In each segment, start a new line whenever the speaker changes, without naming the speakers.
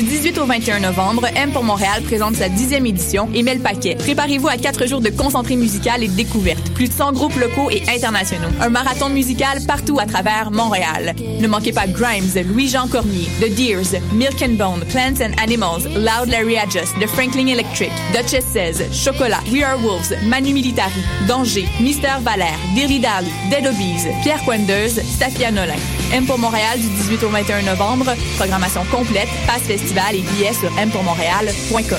21 novembre, M pour Montréal présente sa dixième édition et met le paquet. Préparez-vous à quatre jours de concentré musicale et de découverte. Plus de 100 groupes locaux et internationaux. Un marathon musical partout à travers Montréal. Ne manquez pas Grimes, Louis-Jean Cormier, The Deers, Milk and Bone, Plants and Animals, Loud Larry Adjust, The Franklin Electric, Duchess 16, Chocolat, We Are Wolves, Manu Militari, Danger, Mister Valère, Derridali, Dead Obies, Pierre Quenders, Safia Nolin. M pour Montréal du 18 au 21 novembre. Programmation complète, passe festival et billets sur mpourmontréal.com.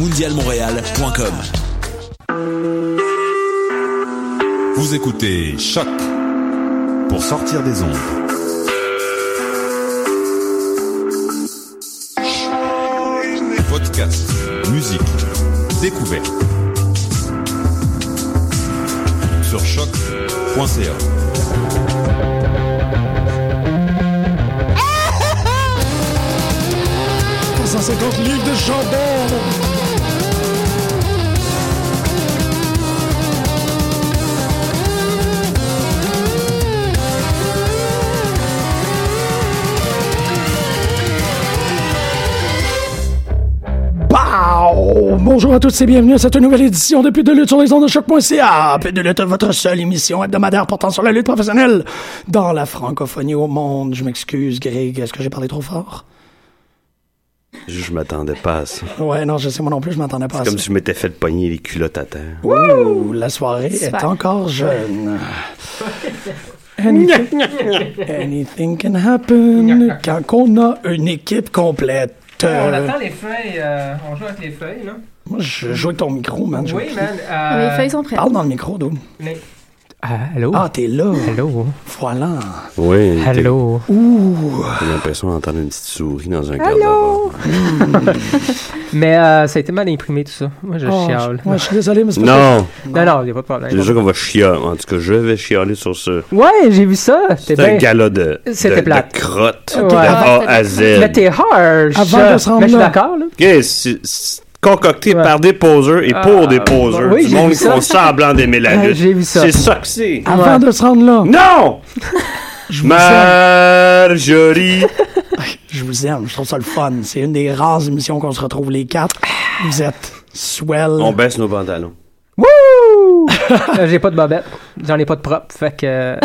mondialmontréal.com.
Vous écoutez Choc pour sortir des ondes. Podcast, musique, découverte. Sur choc.ca.
Pow! Bonjour à toutes et bienvenue à cette nouvelle édition de Pédolute sur les ondes de choc.ca. Pédolute, votre seule émission hebdomadaire portant sur la lutte professionnelle dans la francophonie au monde. Je m'excuse, Greg, est-ce que j'ai parlé trop fort?
Je m'attendais pas à ça.
Ouais, non, je sais, moi non plus, je m'entendais pas à
Ah,
C'est comme
ça.
si je m'étais fait pogner les culottes à terre.
Ouh, la soirée est encore jeune. Anything, anything can happen quand on a une équipe complète.
On
Euh,
attend les feuilles, euh, on joue avec les feuilles, là.
moi, je joue avec ton micro, man. Je-
Oui, man.
Mes
Euh,
feuilles sont prêtes.
Parle dans le micro, dude.
mais-
allô?
Ah, t'es là.
Allô?
Voilà.
Oui, t'es-
Allô?
j'ai l'impression d'entendre une petite souris dans un garde-robe.
Mais euh, ça a été mal imprimé tout ça. Moi, je
Oh,
chiale.
je- ouais, je suis désolé, mais c'est pas
Non,
Non, non, y a pas de
c'est
problème.
sûr qu'on va chialer. En tout cas, je vais chialer sur ce.
Ouais, j'ai vu ça. T'es
C'est un
bien.
gala de,
C'était
de, de
plate.
crottes
Ouais.
de A
Ouais.
à Z.
Mais t'es harsh.
Avant de se rendre
Mais je suis
là.
d'accord, là.
Ok, c'est- c'est concocté
Ouais. Ah,
par des poseurs et pour des poseurs.
oui,
du
j'ai
monde
vu
qui
ça.
font semblant d'aimer la
Ouais,
lutte.
j'ai vu ça.
C'est ça que c'est.
Avant de se rendre là,
Non!
je vous aime.
Marjorie!
Je vous aime, je trouve ça le fun. C'est une des rares émissions qu'on se retrouve les quatre. Vous êtes swell.
On baisse nos pantalons.
Wouh! Euh, j'ai pas de bobette. J'en ai pas de propre. Fait que. euh,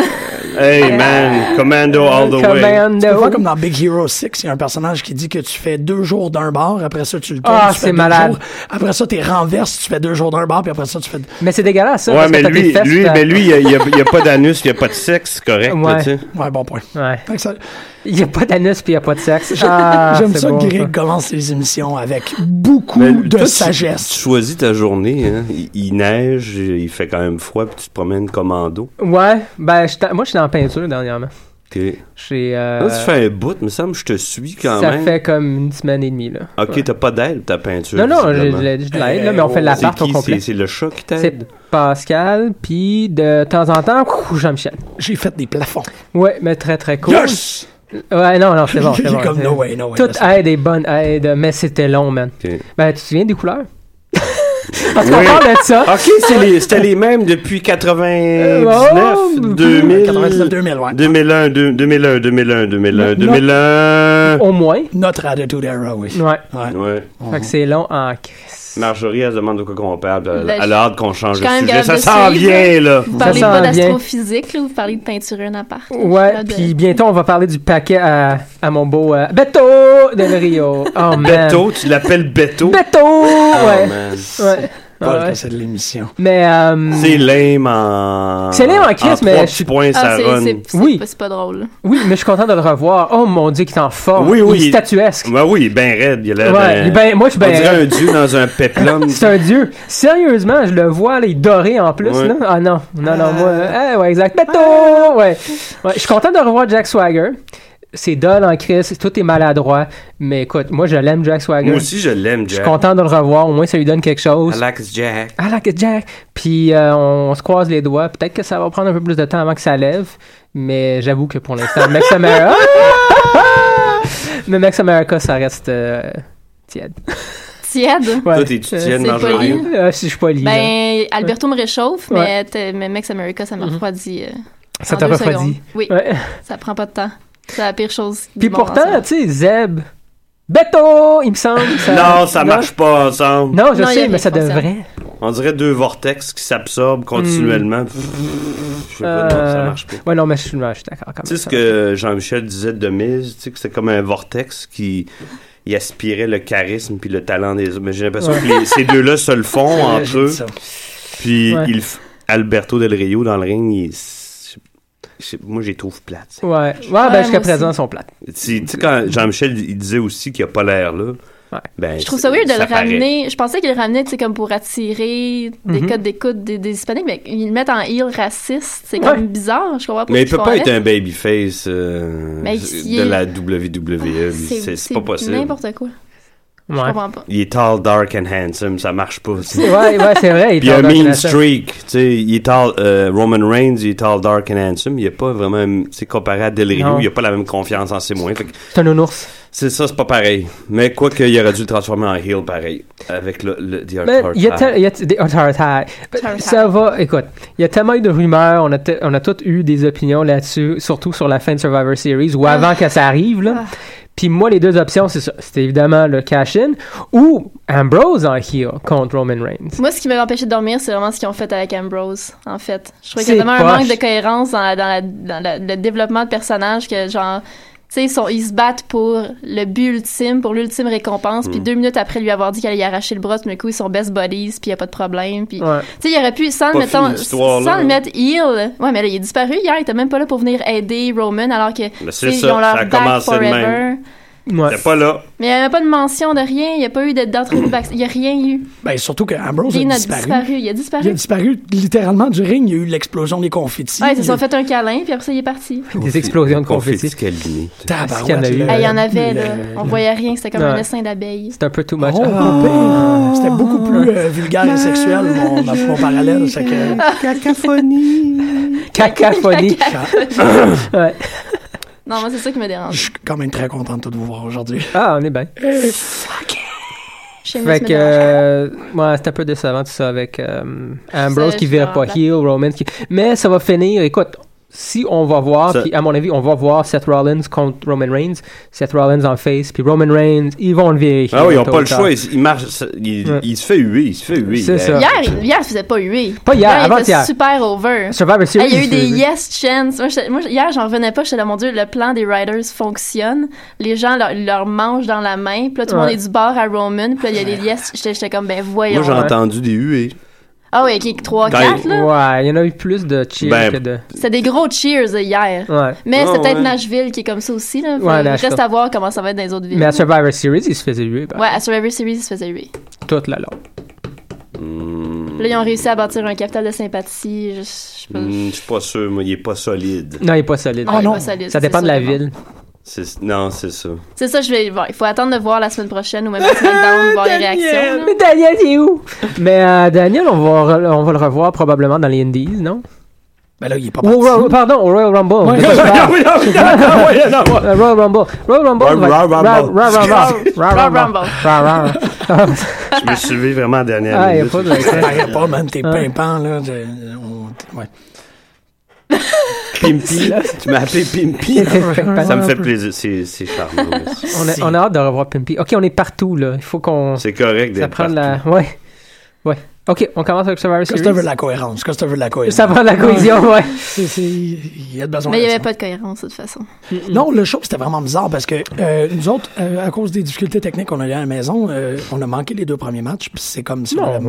Hey man, commando all the way.
Tu vois,
Commando.
comme dans Big Hero 6, il y a un personnage qui dit que tu fais deux jours d'un bar, après ça tu le tournes,
Ah,
tu fais
c'est
deux
malade.
jours. Après ça, t'es renverse, tu fais deux jours d'un bar, puis après ça, tu fais.
Mais c'est dégueulasse, ça.
Ouais,
parce que
mais
t'as
lui,
des fesses,
lui,
euh,
mais lui, il y a, il y a- il y a pas d'anus, il y a pas de sexe, c'est correct, là,
Ouais.
tu sais.
Ouais, bon point.
Ouais.
Fait que ça-
Il y a pas d'anus pis il y a pas de sexe. Ah,
J'aime
c'est
ça
bon,
que Greg commence les émissions avec beaucoup
Mais
de
toi, tu- Tu
sagesse.
choisis ta journée, hein. Il, il neige, il fait quand même froid, puis tu te promènes commando.
Ouais, ben, j'étais- moi, je suis en peinture dernièrement.
T'es-
J'ai. euh,
Là, tu fais un bout, me semble, je te suis quand
ça
même. Ah,
fait comme une semaine et demie, là.
Ok,
Ouais.
t'as pas d'aide, ta peinture.
Non, non, j'ai
visiblement.
de l'aide, j'ai de l'aide, là, mais on fait l'appart
C'est
au
qui?
complet.
C'est- C'est le chat qui
C'est
t'aide.
Pascal, puis de temps en temps, ouf, Jean-Michel.
J'ai fait des plafonds.
Ouais, mais très très cool.
Yes!
Ouais, non, non, c'est bon.
Il
c'est
est
bon,
comme
c'est-
no way, no way.
Toute aide est bonne aide, mais c'était long, man.
Ok.
Ben, tu te souviens des couleurs? En tout cas, on parle de ça.
OK, c'est les- c'était les mêmes depuis 99,
Euh, oh,
2000,
99, 2000, ouais.
2001, deux- 2001, 2001, 2001,
Non.
2001.
Au moins.
Notre attitude era, oui.
Ouais.
Ouais.
Ouais.
Fait que c'est long en crise.
Marjorie, elle se demande de quoi qu'on parle. Elle
Ben,
elle a hâte qu'on change
je suis quand même
de sujet. Ça
capable
s'en
de suivre.
vient, là.
Vous
Ça
parlez
s'en
pas
vient.
d'astrophysique, là, vous parlez de peinturer un appart. là,
Ouais,
là, de-
puis bientôt on va parler du paquet à, à mon beau euh, Beto Del Rio. Oh man.
Beto, tu l'appelles Beto?
Beto!
Oh,
Ouais.
man.
ouais.
Pas
Ouais.
le c'est de l'émission.
Mais euh,
C'est lame en...
C'est lame en crise, mais
trois
je
petits
suis-
points,
Ah,
ça
c'est-
run.
c'est- c'est
Oui.
pas- c'est pas drôle. là.
oui, mais je suis content de le revoir. Oh mon dieu, qu'il est en forme.
Oui, oui,
Il est
il-
statuesque.
Ben oui, il est bien raide. Il a l'air
Ouais,
d'un-
il est ben- moi, je suis
On
ben
dirait
raide.
un dieu dans un peplum.
C'est un dieu. Sérieusement, je le vois, là, il est doré en plus.
Ouais. Ah.
Là. Ah non, non, non, moi. euh, eh, ouais, exact. Beto! Ouais. Ouais, Je suis content de revoir Jack Swagger. C'est dol en crise, tout est maladroit. Mais écoute, moi, je l'aime, Jack Swagger.
Moi aussi, je l'aime,
Je suis
Jack.
content de le revoir. Au moins, ça lui donne quelque chose.
Alex Jack.
Ah là, que Jack! Puis euh, on, on se croise les doigts. Peut-être que ça va prendre un peu plus de temps avant que ça lève. Mais j'avoue que pour l'instant, Max America. mais Max America, ça reste euh, tiède.
Tiède.
Ouais.
Toi, t'es-tu
Euh,
tienne,
c'est pas
Marjorie?
lui.
Euh, si je suis pas lié.
Ben, Alberto me réchauffe,
Ouais. Mm-hmm.
mais, t'es- mais Max America, ça me refroidit. euh,
ça
en
t'a
deux
refroidi.
secondes. Oui,
Ouais.
ça prend pas de temps. C'est la pire chose. du
Puis
monde
pourtant,
ensemble.
tu sais, Zeb. Beto, il me semble.
Non, ça marche pas ensemble.
Euh, Non, je
Non, y a
sais,
rien
mais ça
qui fonctionne.
devrait.
On dirait deux vortex qui s'absorbent continuellement. Pfff, Je sais pas, non, ça
Hmm. Euh,
marche pas.
Ouais, non, mais je suis je suis d'accord quand même.
Tu sais ce que Jean-Michel disait de Mise, tu sais que c'est comme un vortex qui il aspirait le charisme puis le talent des autres. Mais j'ai l'impression que les- ces deux-là se le font entre
J'ai
eux.
dit ça.
Puis
Ouais.
il f- Alberto Del Rio dans le ring, il- je- je- moi, j'ai trouve plate.
Ouais, ouais, ben
moi
jusqu'à
aussi.
présent, ils sont plates.
Tu sais, tu sais, quand Jean-Michel il disait aussi qu'il n'y a pas l'air là.
Ouais.
ben,
Je trouve ça weird de le
paraît.
ramener. Je pensais qu'il le ramenait, tu sais, comme pour attirer des
Mhm.
codes d'écoute des, des hispaniques, mais ils le mettent en heel raciste. C'est
Ouais.
comme bizarre. Je comprends pas.
Mais il
pourquoi
peut pas
ils font
être un babyface euh,
Mais Ben, il-
de la WWE.
ça.
lui. C'est c'est pas possible.
N'importe quoi. Je
Ouais.
comprends pas.
Il est tall, dark and handsome, ça marche pas. tu sais.
Ouais, ouais, c'est vrai.
Puis
est
un
en
mean
ordination.
streak, tu sais, il est tall, euh, Roman Reigns, il est tall, dark and handsome, il n'y a pas vraiment, un- tu sais, comparé à Del Rio,
Non.
il n'y a pas la même confiance en ses moyens. Fait que
C'est un nounours.
c'est ça, c'est pas pareil. Mais quoi qu'il aurait dû le transformer en heel pareil, avec le, le The
Mais
Hardcore
Ben, il y a,
Tag.
tel- il y a t- des- oh, Tara Tara.
Tara
Ça
Tara.
va, écoute, il y a tellement eu de rumeurs, on a, te- on a toutes eu des opinions là-dessus, surtout sur la fin de Survivor Series ou avant que ça arrive. Là.
Ah.
Puis moi, les deux options, c'est ça. C'était évidemment le cash-in ou Ambrose en heel contre Roman Reigns.
Moi, ce qui m'a empêché de dormir, c'est vraiment ce qu'ils ont fait avec Ambrose, en fait. Je trouvais qu'il y
C'est
a vraiment un
poche.
manque de cohérence dans, la- dans la- dans la- le développement de personnages que, genre, tu sais, ils, sont- ils se battent pour le but ultime, pour l'ultime récompense,
Hmm.
puis deux minutes après lui avoir dit qu'elle allait y arracher le bras, tout d'un coup, ils sont best buddies, puis il n'y a pas de problème, puis...
Ouais.
Tu sais, il aurait pu, sans, le
Pas
mettons,
fini, cette histoire-là,
sans le
là.
mettre heel. Ouais, mais là, il est disparu hier, il était même pas là pour venir aider Roman, alors que,
Mais
tu sais,
c'est
ils ont
ça,
leur
ça a
back
commencé de même.
forever.
Ouais.
T'es pas là.
Mais il n'y avait pas de mention de rien, il n'y a pas eu de- d'entrevue back- il n'y a rien eu.
Ben, surtout que Ambrose a
Dean a
disparu.
disparu, il a disparu.
Il a disparu littéralement du ring. Il y a eu l'explosion des confettis.
Ah, ils se sont fait un câlin, puis après ça, il est parti.
Des explosions de confettis.
Calini.
Tabarouette,
qu'il y en a eu?
le-
Ah, Il y en avait, là.
le-
On voyait rien, c'était comme
Ouais.
un essaim d'abeilles.
C'est un peu too much.
Oh,
Ah.
pas pire. C'était beaucoup plus euh, vulgaire
Ah.
et sexuel, mon, mon parallèle. c'est que-
Cacophonie. Ouais.
Non, moi, c'est ça qui me
Je
dérange.
suis quand même très content de vous voir aujourd'hui.
Ah, on est bien.
Seamus me
Fait que,
dérange.
euh, ouais, c'est un peu décevant tout ça avec euh, Ambrose
Ça,
qui
je
vire
me
pas
rappelle.
heel, Roman qui. Mais ça va finir, écoute, si on va voir,
Ça-
puis à mon avis, on va voir Seth Rollins contre Roman Reigns, Seth Rollins en face, puis Roman Reigns, ils vont le virer.
Ah oui, ils
heel
ont
tôt
pas
ou
le
tard.
choix, il, il marche, ça- il,
Ouais.
il se fait huer, il se fait huer.
C'est
Ben,
ça.
Hier, il- hier, il faisait pas huer.
Pas hier,
Ah, Il
avant-hier.
était super over.
Survivor
Hey,
Series.
il y a eu
je-
des yes chants. Moi, j'étais- moi, hier, j'en revenais pas. J'étais là, mon Dieu, le plan des Riders fonctionne. Les gens leur, leur mangent dans la main. Puis là, tout le
Ouais.
monde est du bord à Roman. Puis là, il y a des yes. J'étais j'étais comme, ben voyons.
Moi, j'ai
ouais.
entendu des huées.
Ah oui, qui 3,
Dans
4, là.
Ouais, il y en a eu plus de cheers
Ben,
que de.
C'était des gros cheers euh, hier.
Ouais.
Mais
Ah,
c'est peut-être
ouais.
Nashville qui est comme ça aussi. Là. Faut-
Ouais, Nashville.
reste à voir comment ça va être dans les autres villes.
Mais à Survivor Series, ils se faisaient huer, ben,
Ouais, à Survivor Series, ils se faisaient huer.
toute la longue.
Là, ils ont réussi à bâtir un capital de sympathie. Je, je sais pas.
Hmm, je suis pas sûr, moi, il est pas solide.
Non, il est pas solide.
Ah, il est pas solide,
Ça dépend
c'est
de la
sûr,
ville.
C'est- Non, c'est ça.
C'est ça, je vais. bon, il faut attendre de voir la semaine prochaine ou même la semaine d'avant, voir les réactions. là.
Mais Daniel, il est où? Mais euh, Daniel, on va, re- on va le revoir probablement dans les Indies, non?
Ben là, il est pas
Ou
parti.
Royal- pardon, au Royal Rumble.
Ouais,
De quoi tu
ouais,
parles?
ouais, ouais, ouais, ouais, ouais.
Euh, Royal Rumble. Royal Rumble.
Royal Rumble.
va être- Royal- Royal Rumble. Royal
Royal
Rumble.
Rumble.
Royal Rumble.
Je me suis levé vraiment à la dernière
Ah, y a
minute.
pas de-
Arrête pas, man, t'es
Hein.
pimpant, là. de- on- ouais.
Pimpy. tu m'as appelé Pimpy. Ça me fait plaisir. C'est c'est charmant. merci.
On a, on a hâte de revoir Pimpy. Ok, on est partout, là. Il faut qu'on.
C'est correct
Ça
d'être
prend de
partout.
la. Ouais. Ouais. Ok, on commence avec Survivor
Qu'est-ce que tu veux
Series.
de la cohérence? Qu'est-ce que tu veux de la cohérence?
Ça prend de la cohésion, ouais.
C'est- c'est- Il y a de besoin
Mais il n'y
de
avait
ça.
pas de cohérence, de toute façon.
Non, le show, c'était vraiment bizarre parce que euh, nous autres, euh, à cause des difficultés techniques qu'on a eu à la maison, euh, on a manqué les deux premiers matchs. Puis c'est comme si. on avait-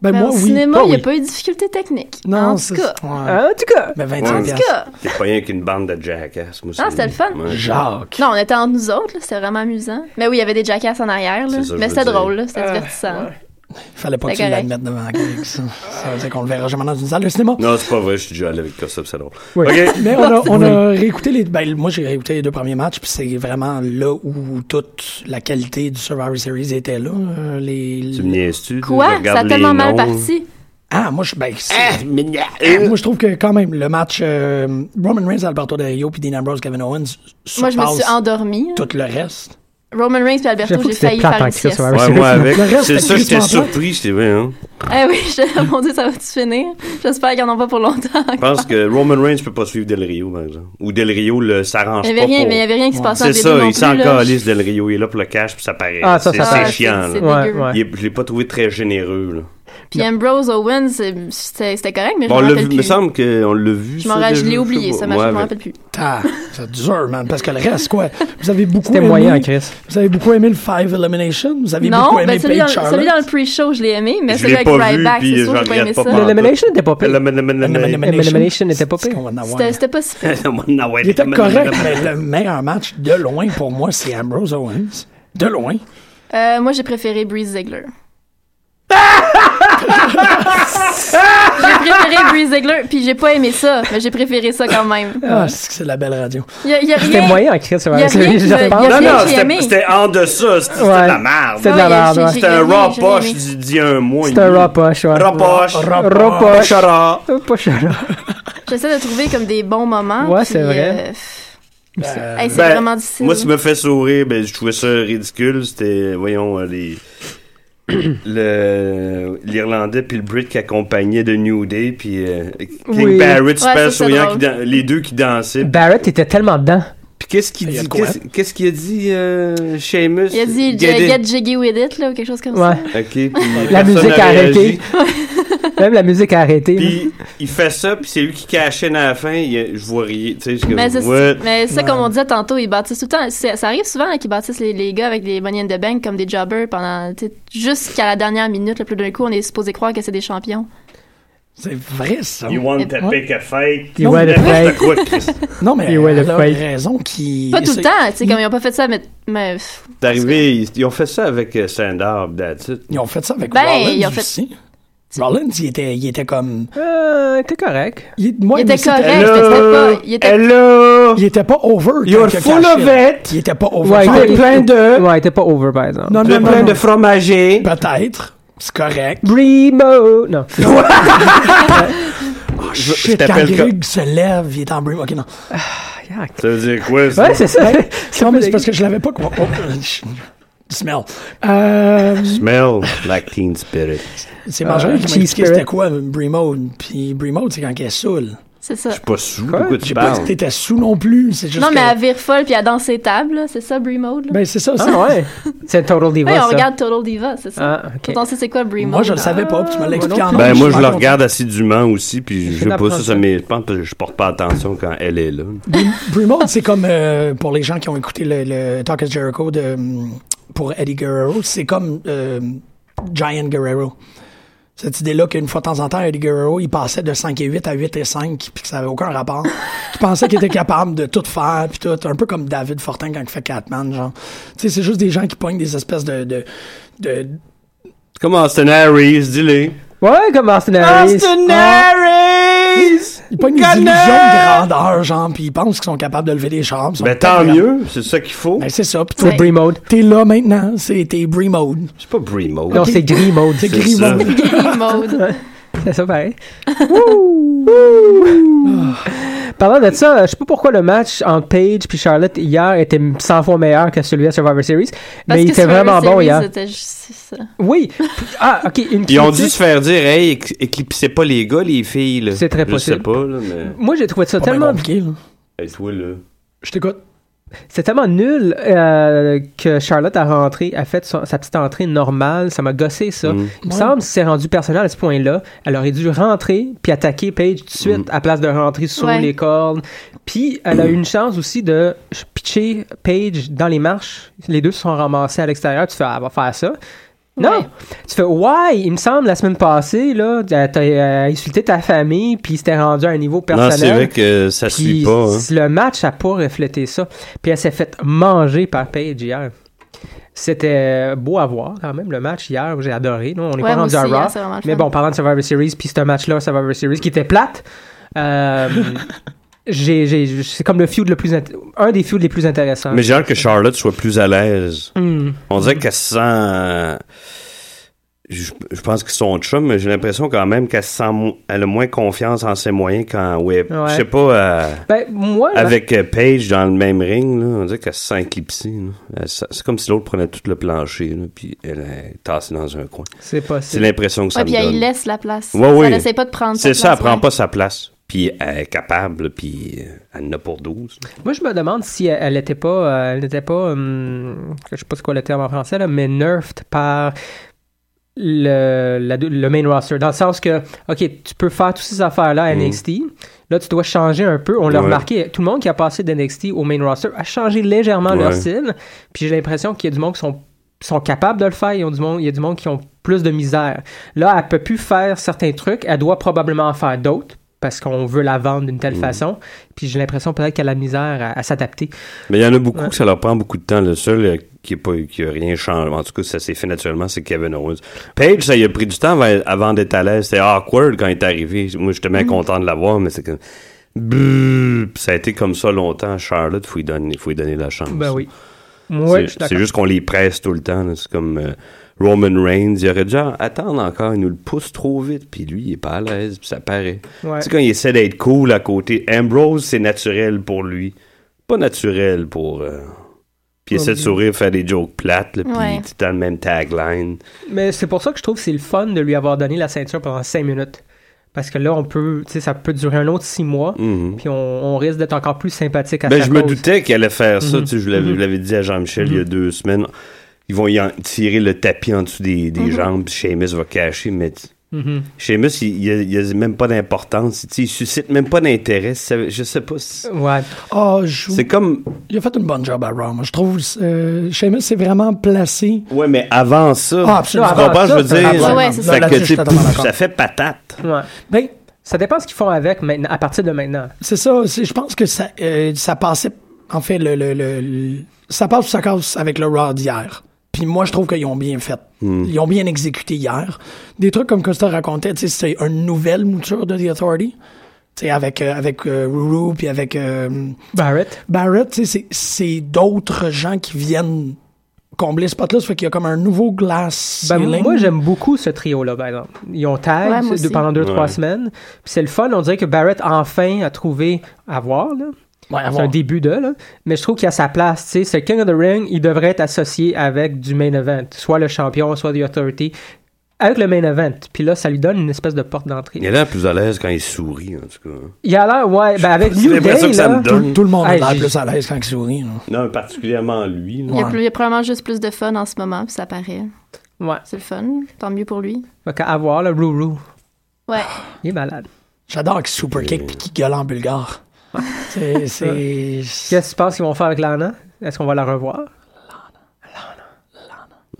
Ben,
Mais
moi,
au
oui.
cinéma,
Toi,
il n'y a
oui.
pas eu de difficulté technique.
Non,
en tout
c'est-
cas.
ouais.
Ah, En tout cas.
Ben,
En
25
tout
piastres.
cas.
T'es pas rien qu'une bande de jackass. Moi,
Non, Ah, c'était le fun.
Ouais.
Jacques.
Non, on était entre nous autres, là, c'était vraiment amusant. Mais oui, il y avait des jackasses en arrière, là.
C'est ça que
mais
je
c'était
veux dire.
drôle, là, c'était divertissant.
Fallait pas que tu
C'était
l'admettes devant la clique, ça. Ça veut dire qu'on le verra jamais dans une salle de cinéma.
Non, c'est pas vrai. Je suis déjà allé avec Kossop, c'est drôle.
Oui.
OK.
Mais on a, on a réécouté les. Ben, moi, j'ai réécouté les deux premiers matchs, puis c'est vraiment là où toute la qualité du Survivor Series était là. euh, les,
Tu me niaises-tu? Je
Quoi?
regarde
Ça a
les
tellement mal
noms.
parti.
Ah, moi, je. Ben, c'est-
Ah,
Eh,
Moi, je trouve que quand même, le match euh, Roman Reigns, Alberto Del Rio, puis Dean Ambrose, Kevin Owens,
Moi,
surpasse
je me suis endormie.
tout le reste.
Roman Reigns et Alberto,
J'avoue
j'ai
que c'était
failli
plate
faire
en
une
Chris
sieste.
Survivor
Ouais,
Series.
moi avec.
Le reste,
C'est
c'était
ça, j'étais
crissement
surpris. J'étais vrai, hein.
Eh oui, je... mon Dieu, ça va-tu finir? J'espère qu'ils n'en ont pas pour longtemps.
Je pense que Roman Reigns peut pas suivre Del Rio, par exemple. Ou Del Rio le- s'arrange
Il
pas.
n'y avait rien,
pour-
mais il y avait rien qui se passait
C'est
entre les deux
ça,
non
il s'en
plus, là.
calisse Del Rio. Il est là pour le cash, puis ça paraît.
Ah, ça,
C'est-
ça
c'est
paraît.
chiant, là.
C'est
Ouais,
dégueu.
ouais.
Il est- je l'ai pas trouvé très généreux, là.
Puis Ambrose Owens, c'est- c'était c'était correct, mais je
Bon,
m'en
on l'a
rappelle
vu, me
plus.
semble qu'on l'a vu.
Je
ça,
m'en ra-
déjà,
je l'ai
sais
oublié,
pas.
ça marche,
Ouais,
je m'en
mais-
rappelle plus.
Ah, c'est dur, man, parce que le reste, quoi. Vous avez beaucoup
C'était
aimé.
moyen, Chris.
Vous avez beaucoup aimé le Five Elimination. Vous avez
Non,
beaucoup aimé
ben celui, dans,
Paige
celui
Charlotte.
dans le pre-show, je l'ai aimé, mais
Je
celui
l'ai
avec
pas vu,
Ryback,
puis
c'est sûr,
je
j'ai pas
regrette
aimé
pas
ça.
pendant-
L'Elimination n'était pas pire.
Elimination.
Elimination n'était pas pire.
C'est ce qu'on va en avoir.
C'était c'était pas si pire.
Il était correct, mais le meilleur match de loin pour moi, c'est Ambrose Owens. De loin.
Euh, moi, j'ai préféré Breeze Ziegler. j'ai préféré Breeze Ziegler, puis j'ai pas aimé ça, mais j'ai préféré ça quand même.
Ah, c'est que c'est de la belle radio.
Il y a, y a
C'était
rien.
moyen, Chris
Y a rien
Survivor Series.
qui
je
me-
pense.
y a
Non,
rien
non,
qui aimé.
c'était c'était en deçà. C'était c'était
Ouais.
de la merde.
C'était de la
Ouais,
merde,
j'ai-
ouais.
j'ai-
C'était un
j'ai aimé,
raw
j'ai
poche
aimé.
d'il d'il y a un mois.
C'était un raw poche, ouais.
Raw poche.
Oh,
Raw poche.
Chara.
Pas Chara.
J'essaie de trouver comme des bons moments.
Ouais,
Oh, puis,
c'est vrai.
euh, pff, hey, c'est
Ben,
vraiment difficile.
Moi, ce qui me fait sourire, ben, je trouvais ça ridicule. C'était, voyons, euh, les. le l'Irlandais puis le Brit qui accompagnait de New Day puis euh, King
Oui.
Barrett super
ça, c'est
souriant
drôle.
qui dan- les deux qui dansaient
Barrett était tellement dedans.
Ben, puis qu'est-ce qu'il
Il y a
dit
de quoi?
qu'est-ce qu'est-ce qu'il a dit euh, Sheamus
Il a dit
Get
get,
it.
jiggy with it, là, ou quelque chose comme
Ouais.
ça.
ok puis
La
personne
musique a
réagi.
arrêté. Même la musique a arrêté. là.
Puis il fait ça, puis c'est lui qui cachait dans la fin. il- je vois rien. Tu sais, je suis comme,
Mais, Ben, c'est-
what?
mais ça, comme on disait tantôt, ils bâtissent tout le temps. c'est- Ça arrive souvent hein, qu'ils bâtissent les, les gars avec des money in the bank comme des jobbers pendant tu sais, jusqu'à la dernière minute. Le plus d'un coup, on est supposé croire que c'est des champions.
C'est vrai, ça.
You want to
Ouais.
pick a fight?
You want to
N'importe
fight.
quoi, Chris.
Non, mais
Et ouais, le
elle a
fight.
raison qui.
Pas tout le
c'est-
temps, tu sais, comme ils ont pas fait ça, mais. mais pff,
T'es arrivé, ils, ils ont fait ça avec euh, Sandor, that's it.
Ils ont fait ça avec
Ben,
Rollins
ils ont fait-
aussi. Rollins, il était, il était comme.
Euh, t'es correct.
Il, moi,
Il était
aussi,
correct. c'était pas- il était-
Hello!
Il était pas over.
You're
quand il a
full
caché.
of it!
Il était pas over.
Ouais,
Enfin,
il était
plein de-
Ouais, il était pas over, par exemple.
Non,
Tu es
non, non,
plein
non.
de fromager.
Peut-être. C'est correct.
Brimo! Non.
je
Shit, quand
t'appelle que-
Greg se lève, il est en brume. Ok, non.
Ça veut dire quoi, ça?
Ouais, c'est ça.
C'est non, mais c'est parce que je l'avais pas. Oh, smell. Euh,
Smell like teen spirit.
c'est Marjorie
Euh,
qui m'a
cheese
expliqué
spirit.
c'était quoi, Brimo. Puis Brimo, c'est quand il est saoul.
c'est ça.
Pas sous, pourquoi
J'ai
tu
pas dit que
parles?
t'étais sous non plus. C'est juste
Non,
que-
mais à vire folle puis à danser table, là, c'est ça, Brie Mode? là?
Ben, c'est ça. c'est-
Ah, ouais. C'est Total Diva,
Ouais,
ça.
on regarde Total Diva, c'est ça.
Ah, ok.
Quand on sait c'est quoi Brie
Moi,
Mode,
je le
là.
savais pas, puis tu me l'as expliqué en
Ben,
ondes,
moi, je
suis
le
content.
regarde assidûment aussi, puis
Je
je sais pas
l'apprends
ça, ça,
ça.
mais je pense que je porte pas attention quand elle est là.
Brimo, c'est comme euh, pour les gens qui ont écouté le, le Talk is Jericho de, hum, pour Eddie Guerrero, c'est comme euh, Giant Guerrero. Cette idée-là qu'une fois de temps en temps, Eddie Guerrero, il passait de 5 et 8 à 8 et 5, puis que ça avait aucun rapport. Il pensait qu'il était capable de tout faire, puis tout. Un peu comme David Fortin quand il fait Catman, genre. Tu sais, c'est juste des gens qui pognent des espèces de. de, de
Comme Austin Harris, dis-le.
Ouais, comme Austin Harris. Ah.
Harris!
ils pognent des illusions de grandeur, genre, puis ils pensent qu'ils sont capables de lever des chambres. ils sont
Ben, tant
capables.
mieux, c'est ça qu'il faut.
Ben, c'est ça. Puis
C'est
toi,
Brie Mode.
T'es là maintenant, c'est t'es Brie Mode.
C'est pas Brimo.
Non, c'est Gris Mode.
C'est
C'est
Gris
ça.
Mode.
Brie Mode.
C'est ça, pareil. Parlant de ça, euh, je sais pas pourquoi le match entre Paige puis Charlotte hier était 100 fois meilleur que celui à Survivor Series, mais il était
Survivor
vraiment bon hein.
Series,
hier.
c'était juste ça.
Oui. Ah, ok. Une
Ils ont dû
critique.
se faire dire, hey, éc- éclipsez pas les gars, les filles. là.
C'est très possible.
Je sais pas, là, mais.
Moi, j'ai trouvé
Oh
ça tellement.
Hey, toi, là.
Oh Je t'écoute.
C'est tellement nul euh, que Charlotte a rentré, a fait son- sa petite entrée normale. Ça m'a gossé, ça.
Mm.
Il me
Ouais.
semble que si c'est rendu personnel à ce point-là, elle aurait dû rentrer puis attaquer Paige tout de suite
Mm.
à place de rentrer sous
Ouais.
les cordes. Puis elle a eu une chance aussi de pitcher Paige dans les marches. Les deux se sont ramassés à l'extérieur. Tu fais, ah, elle va faire ça. Non! Tu fais, ouais, il me semble, la semaine passée, là, t'as t'as insulté ta famille, puis c'était rendu à un niveau personnel.
Non, c'est vrai que ça
Puis
suit pas. hein.
c- Le match a pas reflété ça. Puis elle s'est faite manger par Paige hier. C'était beau à voir quand même le match hier, j'ai adoré. Nous, on n'est
Ouais,
pas
moi
rendu à
aussi, hein,
Raw.
c'est vraiment le
mais
fun.
bon, parlant de Survivor Series, puis ce match-là, Survivor Series, qui était plate, euh, j'ai- j'ai- c'est comme le feud le plus int- un des feuds les plus intéressants.
Mais j'ai hâte que Charlotte soit plus à l'aise.
Hmm.
On dirait qu'elle se sent. euh, Je, je pense qu'ils sont chum, mais j'ai l'impression quand même qu'elle se sent. mo- Elle a moins confiance en ses moyens quand. Ouais,
Ouais.
Je sais pas. euh,
Ben, moi, là,
Avec euh, Paige dans le même ring, là, on dirait qu'elle se sent éclipsée. là. Elle se- C'est comme si l'autre prenait tout le plancher, là, puis elle est tassée dans un coin.
c'est
C'est
possible.
l'impression que ça
Ouais,
me
puis elle
donne.
laisse la place.
Ouais, ouais.
Elle essaie pas de prendre sa
C'est ça,
place,
elle prend
ouais.
pas sa place. Puis elle est capable, puis euh, elle en a pour 12.
Moi, je me demande si elle n'était pas, euh, elle n'était pas, hum, je sais pas c'est quoi le terme en français là, mais nerfed par le, la- le main roster, dans le sens que, ok, tu peux faire toutes ces affaires là à
Mhm.
NXT, là tu dois changer un peu. On l'a
Ouais.
remarqué, tout le monde qui a passé d'NXT au main roster a changé légèrement leur
Ouais.
style. Puis j'ai l'impression qu'il y a du monde qui sont sont capables de le faire, il y a du monde, il y a du monde qui ont plus de misère. Là, elle peut plus faire certains trucs, elle doit probablement en faire d'autres parce qu'on veut la vendre d'une
Mm.
telle façon. Puis j'ai l'impression peut-être qu'elle a la misère à, à s'adapter.
Mais il y en a beaucoup
Ouais.
que ça leur prend beaucoup de temps. Le seul euh, qui n'a qui a rien changé, en tout cas, ça s'est fait naturellement, c'est Kevin Owens. Page, ça il a pris du temps avant, avant d'être à l'aise. C'était awkward quand il est arrivé. Moi, j'étais
Mm.
bien content de l'avoir, mais c'est comme. Brrr. Puis Ça a été comme ça longtemps. Charlotte, faut lui donner, faut lui donner la chance.
Ben oui. Moi,
C'est-
je suis
c'est
d'accord.
juste qu'on les presse tout le temps. là. C'est comme euh, Roman Reigns. Il aurait dû en- attendre encore. Il nous le pousse trop vite. Puis lui, il est pas à l'aise. Puis ça paraît.
Ouais.
Tu sais, quand il essaie d'être cool à côté, Ambrose, c'est naturel pour lui. Pas naturel pour. euh, Puis il essaie de sourire, faire des jokes plates. là, puis
Ouais.
tout dans le même tagline.
Mais c'est pour ça que je trouve que c'est le fun de lui avoir donné la ceinture pendant 5 minutes. Parce que là, on peut, tu sais, ça peut durer un autre 6 mois,
Mhm.
puis on, on risque d'être encore plus sympathique à
Ben,
sa
je me
cause.
doutais qu'il allait faire
Mm-hmm.
ça. tu sais, je l'avais
Mhm.
je l'avais dit à Jean-Michel il y a deux semaines. Ils vont y en- tirer le tapis en dessous des,
Mm-hmm.
des jambes. puis Sheamus va cacher. Mais t-
Mhm.
Sheamus, il n'y a, il a même pas d'importance. Tu sais, Il suscite même pas d'intérêt. Ça- Je sais pas. si-
Ouais.
Ah, je-
C'est comme.
il a fait une bonne job à Raw. moi. Je trouve euh, Sheamus s'est vraiment placé.
Ouais, mais avant ça.
Ah, absolument.
Tu comprends,
Avant
je
ça,
veux dire.
avant. Ouais, ouais, c'est ça.
Fait que,
Là-dessus,
tu
je suis
sais,
totalement
pouf,
d'accord.
ça fait patate.
ouais.
Ben,
Ça dépend ce qu'ils font avec maintenant, à partir de maintenant.
C'est ça. c'est- Je pense que ça, euh, ça passait. En fait, le, le- le- le- ça passe ou ça casse avec le Raw d'hier. Puis moi, je trouve qu'ils ont bien fait. Ils ont bien exécuté hier. Des trucs comme Costa racontait, tu sais, c'est une nouvelle mouture de The Authority. Tu sais, avec, euh, avec euh, Ruru, puis avec euh,
Barrett.
Barrett, tu sais, c'est- c'est d'autres gens qui viennent combler ce spot-là. Ça fait qu'il y a comme un nouveau glass
Ben,
ceiling.
moi, j'aime beaucoup ce trio-là, par exemple. Ils ont tag
Ouais, moi aussi.
pendant deux, trois
Ouais.
semaines. Puis c'est le fun. On dirait que Barrett, enfin, a trouvé à voir, là.
Ouais, à
C'est
voir.
un début de, là. Mais je trouve qu'il a sa place, tu sais. C'est King of the Ring, il devrait être associé avec du main event. Soit le champion, soit The Authority. Avec le main event. Puis là, ça lui donne une espèce de porte d'entrée.
Il a l'air plus à l'aise quand il sourit, en tout cas.
Il a l'air, ouais, ben avec
J'ai
New Day,
l'impression que ça
là,
me donne.
tout, tout le monde a
Hey,
l'air
j'ai-
plus à l'aise quand il sourit. là.
Non, particulièrement lui. là.
Il y, a
Ouais.
plus- il y a probablement juste plus de fun en ce moment, puis ça paraît.
Ouais.
C'est le fun. Tant mieux pour lui.
Fait qu'à voir, là, Ruru.
Ouais.
Il est malade.
J'adore qu'il super kick puis qu'il gueule en bulgare. C'est. c'est-
Qu'est-ce que tu penses qu'ils vont faire avec Lana? Est-ce qu'on va la revoir?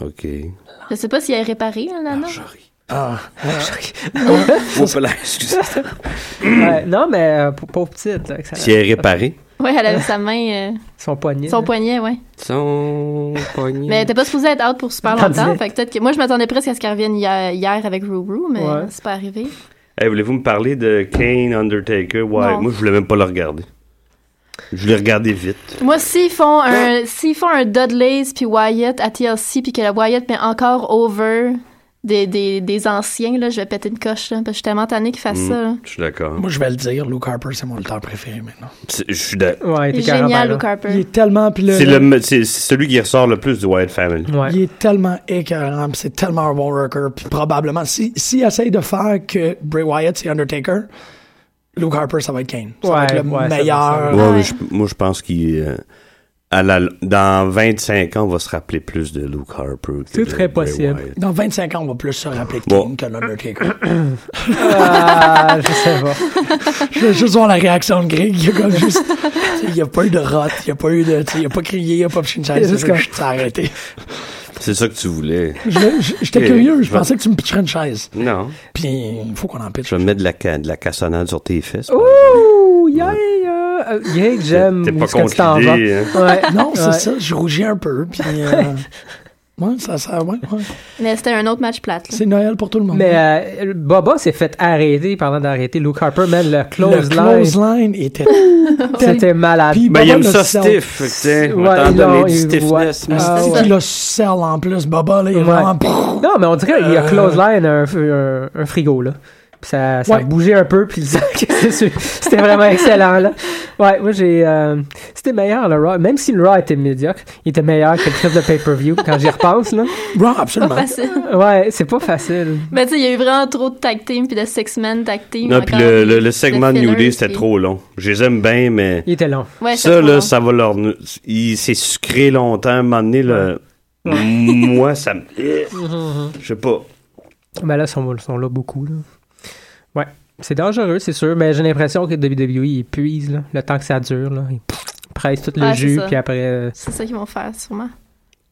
Mm.
OK.
Je sais pas s'il a réparé, hein, Lana.
J'arrive.
Ah.
Oups, là, excusez.
Ouais, non, mais euh, pau- pauvre petite. Là, que ça-
Si elle est réparée.
Ouais, elle avait sa main, euh,
Son poignet.
son
là.
poignet, ouais.
Son poignet.
Mais t'es pas supposé être out pour super longtemps.
Tandis-
Fait que peut-être que moi, je m'attendais presque à ce qu'elle revienne hier, hier avec Ruru, mais
Ouais.
c'est pas arrivé.
Hey, voulez-vous me parler de Kane, Undertaker? Ouais,
Non.
moi, je voulais même pas le regarder. Je l'ai regardé vite.
Moi, s'ils font un,
Ben-
s'ils font un Dudley's puis Wyatt à TLC puis que le Wyatt met encore over des, des, des anciens, là, je vais péter une coche, là, parce que je suis tellement tannée qu'ils fassent
Mm,
ça. là.
Je suis d'accord.
Moi, je vais le dire, Luke Harper, c'est mon lutteur préféré maintenant.
C'est- Je suis d'accord.
Ouais,
Il est génial, Luke Harper.
Il est tellement. Puis le-
C'est le- c'est- c'est celui qui ressort le plus du Wyatt Family.
Ouais.
Il est tellement écœurant, puis c'est tellement un bon worker, puis probablement, si, si essaye de faire que Bray Wyatt, c'est Undertaker, Luke Harper, ça va être Kane. Ça va
Ouais,
être le
Ah ouais, ça va-
meilleur.
ça va.
Ouais,
Ouais.
mais je- moi, je pense qu'il. euh, à la- dans 25 ans, on va se rappeler plus de Luke Harper. que
C'est
de
très
Bray
possible.
Wyatt.
Dans 25 ans, on va plus se rappeler de Kane
Bon.
que l'Undertaker.
Ah, je sais pas.
je veux juste voir la réaction de Greg. Il y a comme juste. Il n'y a pas eu de rot, il n'y a pas eu de. tu sais, Il n'y a pas crié, il n'y a pas pris une chaise.
Il
C'est juste
est juste
que
comme-
je t'ai arrêté.
C'est ça que tu voulais.
Je- je- J'étais
Ok,
curieux, je
je vais-
pensais que tu me pitcherais une chaise.
Non.
Puis il faut qu'on en pitche.
Je vais mettre de la, ca- de la cassonade sur tes fesses.
Oh, Ouh, yeah, yeah. Euh, yeah, j'aime.
T'es pas hein.
ce que tu t'en
contre
vas.
l'idée,
Ouais.
Non, c'est
Ouais.
ça, je rougis un peu, puis. euh, ouais, ça, ça, ouais, ouais.
Mais c'était un autre match plate. là.
C'est Noël pour tout le monde.
Mais euh, Baba s'est fait arrêter pendant d'arrêter Luke Harper, man, le close
le
line.
close line était.
C'était malade.
Puis
Ben, il
Baba
aime
le
ça
sell.
stiff. fait que, tiens, on
Ouais,
va t'en
il
donner
l'a-
du
il-
stiffness.
ouais.
mais
Ah,
C'est qu'il le sell en plus, Baba, là, il est
Ouais.
vraiment. brrr.
Non, mais on dirait qu'il a
Euh.
close line un, un, un frigo, là. Puis ça, ça
Ouais.
bougeait un peu, puis le- c'était vraiment excellent, là. Ouais, moi, j'ai... euh, c'était meilleur, le Raw. Même si le Raw était médiocre, il était meilleur que le trip de pay-per-view, quand j'y repense, là.
Raw, absolument.
Facile.
Ouais, c'est pas facile.
Mais tu sais, il y a eu vraiment trop de tag team puis de six men tag team.
Non,
encore,
puis le, le- le
de
segment de New
fillers,
Day, c'était
puis-
trop long. Je les aime bien, mais.
Il était long.
Ouais,
ça,
c'était
là,
trop
ça va leur. Il s'est sucré longtemps. À un moment donné, là, moi, ça
Mhm,
me. Je sais pas.
Mais Ben là, ils sont, ils sont là beaucoup, là. Ouais. C'est dangereux, c'est sûr, mais j'ai l'impression que WWE, ils puisent, là, le temps que ça dure, là. Ils pressent tout le
Ouais, c'est
jus,
ça.
puis après... euh,
C'est ça qu'ils vont faire, sûrement.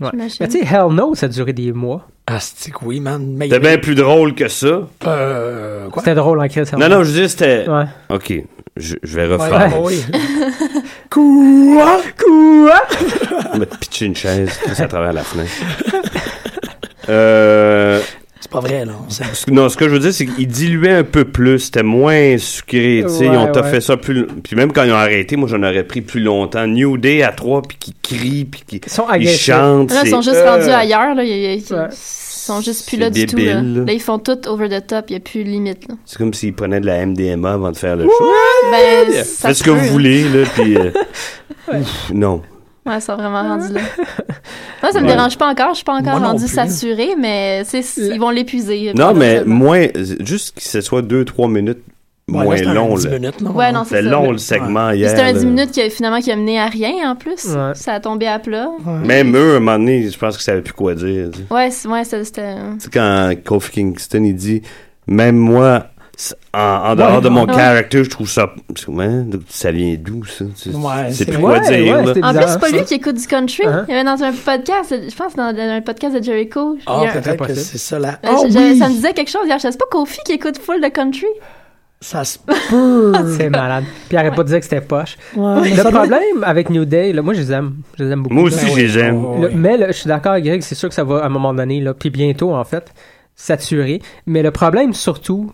Ouais.
J'imagine.
Mais tu sais, Hell No, ça a duré des mois.
Ah, c'est que oui, man. Mais
C'était bien plus drôle que ça.
Euh, quoi?
C'était drôle en crise. Hell
Non,
No.
non, je dis, c'était.
Ouais.
Ok, je, je vais
Ouais,
refaire.
ouais, oui. Quoi?
Quoi?
me pitcher une chaise ça, à travers la fenêtre. Euh,
C'est pas vrai, là. on sait.
ce- non, ce que je veux dire, c'est qu'il diluait un peu plus, c'était moins sucré, tu sais,
Ouais,
ils ont t'a
ouais.
fait ça plus... Puis même quand ils ont arrêté, moi, j'en aurais pris plus longtemps. New Day à trois, puis qui crie, puis qui
Ils sont
ils
agressifs.
chantent.
Là, ils sont
c'est-
juste rendus
Euh,
ailleurs. Là. Ils, ils-
Ouais.
ils sont juste
C'est
plus là du tout.
débile,
Là.
là.
Là, ils font tout over the top. Il n'y a plus de limite. Là.
C'est comme s'ils prenaient de la MDMA avant de faire le show.
Ben, ça
Faites ce que
peut,
vous
là.
voulez, là, puis... euh, ouf, non.
Ouais, ils sont vraiment rendus là. Moi, ça me
Ouais.
dérange pas encore. Je suis pas encore
Moi non
rendu
plus. Euh,
saturé, mais tu sais, c- ils vont l'épuiser.
Non, mais
probablement.
moins... Juste que ce soit deux, trois minutes
Ouais,
moins
là, c'était un
long,
10
là.
minutes, là.
Ouais, non, c'est
C'était
ça.
long, le segment,
Puis
hier.
C'était un
là.
10 minutes qui a finalement qui a mené à rien en plus.
Ouais.
Ça a tombé à plat.
Même eux, à un moment donné, je pense qu'ils savaient plus quoi dire. tu sais.
Ouais, c'est- ouais ça, c'était.
Tu sais, quand Kofi Kingston, il dit « Même moi, c- en, en dehors de mon
ouais.
character, je trouve ça... » Hein? Donc, Ça vient d'où, ça? Tu sais,
Ouais,
c'est
c'est-
plus quoi
Ouais,
dire,
ouais,
là.
c'était
En plus,
bizarre,
c'est pas
ça.
lui qui écoute du country.
Uh-huh.
Hein?
Il y avait dans un podcast, je pense, dans, dans un podcast de Jericho.
Ah,
il y a un-
très
peut-être que
possible.
c'est ça, là.
Euh,
Ah,
je- j'avais-
oui!
Ça me disait quelque chose hier. Je sais pas Kofi qui écoute full de country.
Ça se peut.
C'est malade. Puis arrête pas de dire que c'était poche.
Ouais, mais
Le
ça doit-
problème avec New Day, là, moi je les aime. Je les aime beaucoup.
Moi aussi,
Ben
je
oui.
les aime.
Oh,
Le-
oui.
mais là, je suis d'accord avec Greg, c'est sûr que ça va à un moment donné, là, puis bientôt en fait, saturer. Mais le problème surtout,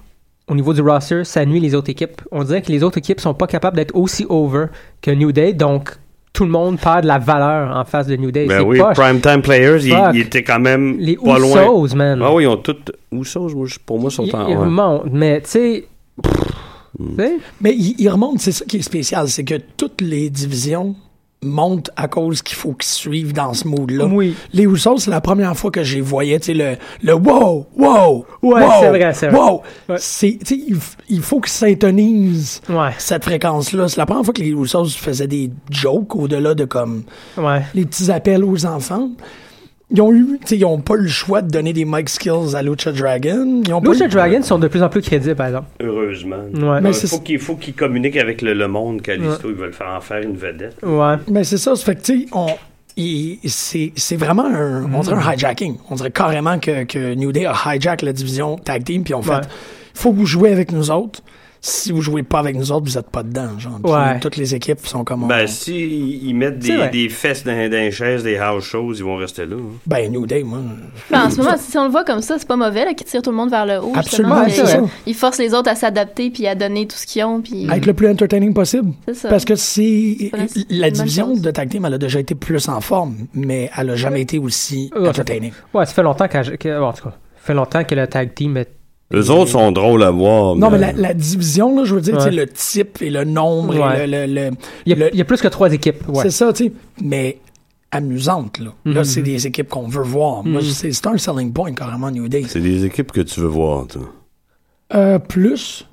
au niveau du roster, ça nuit les autres équipes. On dirait que les autres équipes sont pas capables d'être aussi over que New Day, donc tout le monde perd de la valeur en face de New Day.
Ben
c'est
oui,
poche.
Primetime Players, ils,
Fuck.
ils étaient quand même
Les
pas loin.
Usos, man.
Ah oui, ils ont toutes... Usos, moi, je- pour moi, sont
ils,
en...
ils
ouais. Hmm.
remontent, mais tu sais... tu sais,
Mais il, il remonte, c'est ça qui est spécial, c'est que toutes les divisions montent à cause qu'il faut qu'ils suivent dans ce mood-là.
Oui.
Les Usos, c'est la première fois que je les voyais, tu sais, le, le wow, wow,
Ouais,
wow,
c'est vrai, c'est vrai.
wow.
Ouais.
C'est, tu sais, il, f- il faut qu'ils s'intonisent
Ouais.
cette fréquence-là. C'est la première fois que les Usos faisaient des jokes au-delà de comme
Ouais.
les petits appels aux enfants. Ils ont eu, tu sais, ils ont pas le choix de donner des mic skills à Lucha Dragon. Ils ont pas
Lucha
eu-
Dragons sont de plus en plus crédibles, par exemple.
Heureusement.
Ouais.
Mais
Il
c'est-
faut qu'ils faut qu'ils communiquent avec le, le monde, Calisto. Ils veulent faire en faire une vedette.
Ouais.
Mais c'est ça, ça fait que, tu sais, on. il- C'est c'est vraiment un.
Hmm.
On dirait un hijacking. On dirait carrément que, que New Day a hijack la division tag team, puis on fait.
Ouais.
Faut que vous jouez avec nous autres. Si vous jouez pas avec nous autres, vous êtes pas dedans. Genre. Puis
Ouais.
Toutes les équipes sont comme.
Ben, si ils mettent
C'est
des,
vrai.
des fesses dans, dans les chaises, des house shows, ils vont rester là. hein.
ben, New Day, moi.
Mais en ce moment, si on le voit comme ça, c'est pas mauvais là, qu'ils tirent tout le monde vers le haut.
Absolument,
justement.
c'est
Ils-
ça.
Ils forcent les autres à s'adapter puis à donner tout ce qu'ils ont. Puis...
Être le plus entertaining possible.
C'est ça.
Parce que c'est.
Ouais, euh, c'est une
La
bonne
division
chose.
de tag team, elle a déjà été plus en forme, mais elle a jamais été aussi
Ah, Ouais.
entertaining.
Ouais, ça fait longtemps qu'à- que. bon, en tout cas, fait longtemps que le tag team est.
Eux autres sont drôles à voir.
Non, mais la, la division, là, je veux dire, tu sais,
Ouais.
le type et le nombre. et
Ouais.
le- le- le-
Il y, a,
le-
il y a plus que trois équipes. Ouais.
C'est ça, tu sais. Mais amusante, là. Là,
Mhm.
c'est des équipes qu'on veut voir. Moi, c'est c'est un selling point, carrément, New Day.
C'est des équipes que tu veux voir, toi.
Euh, plus.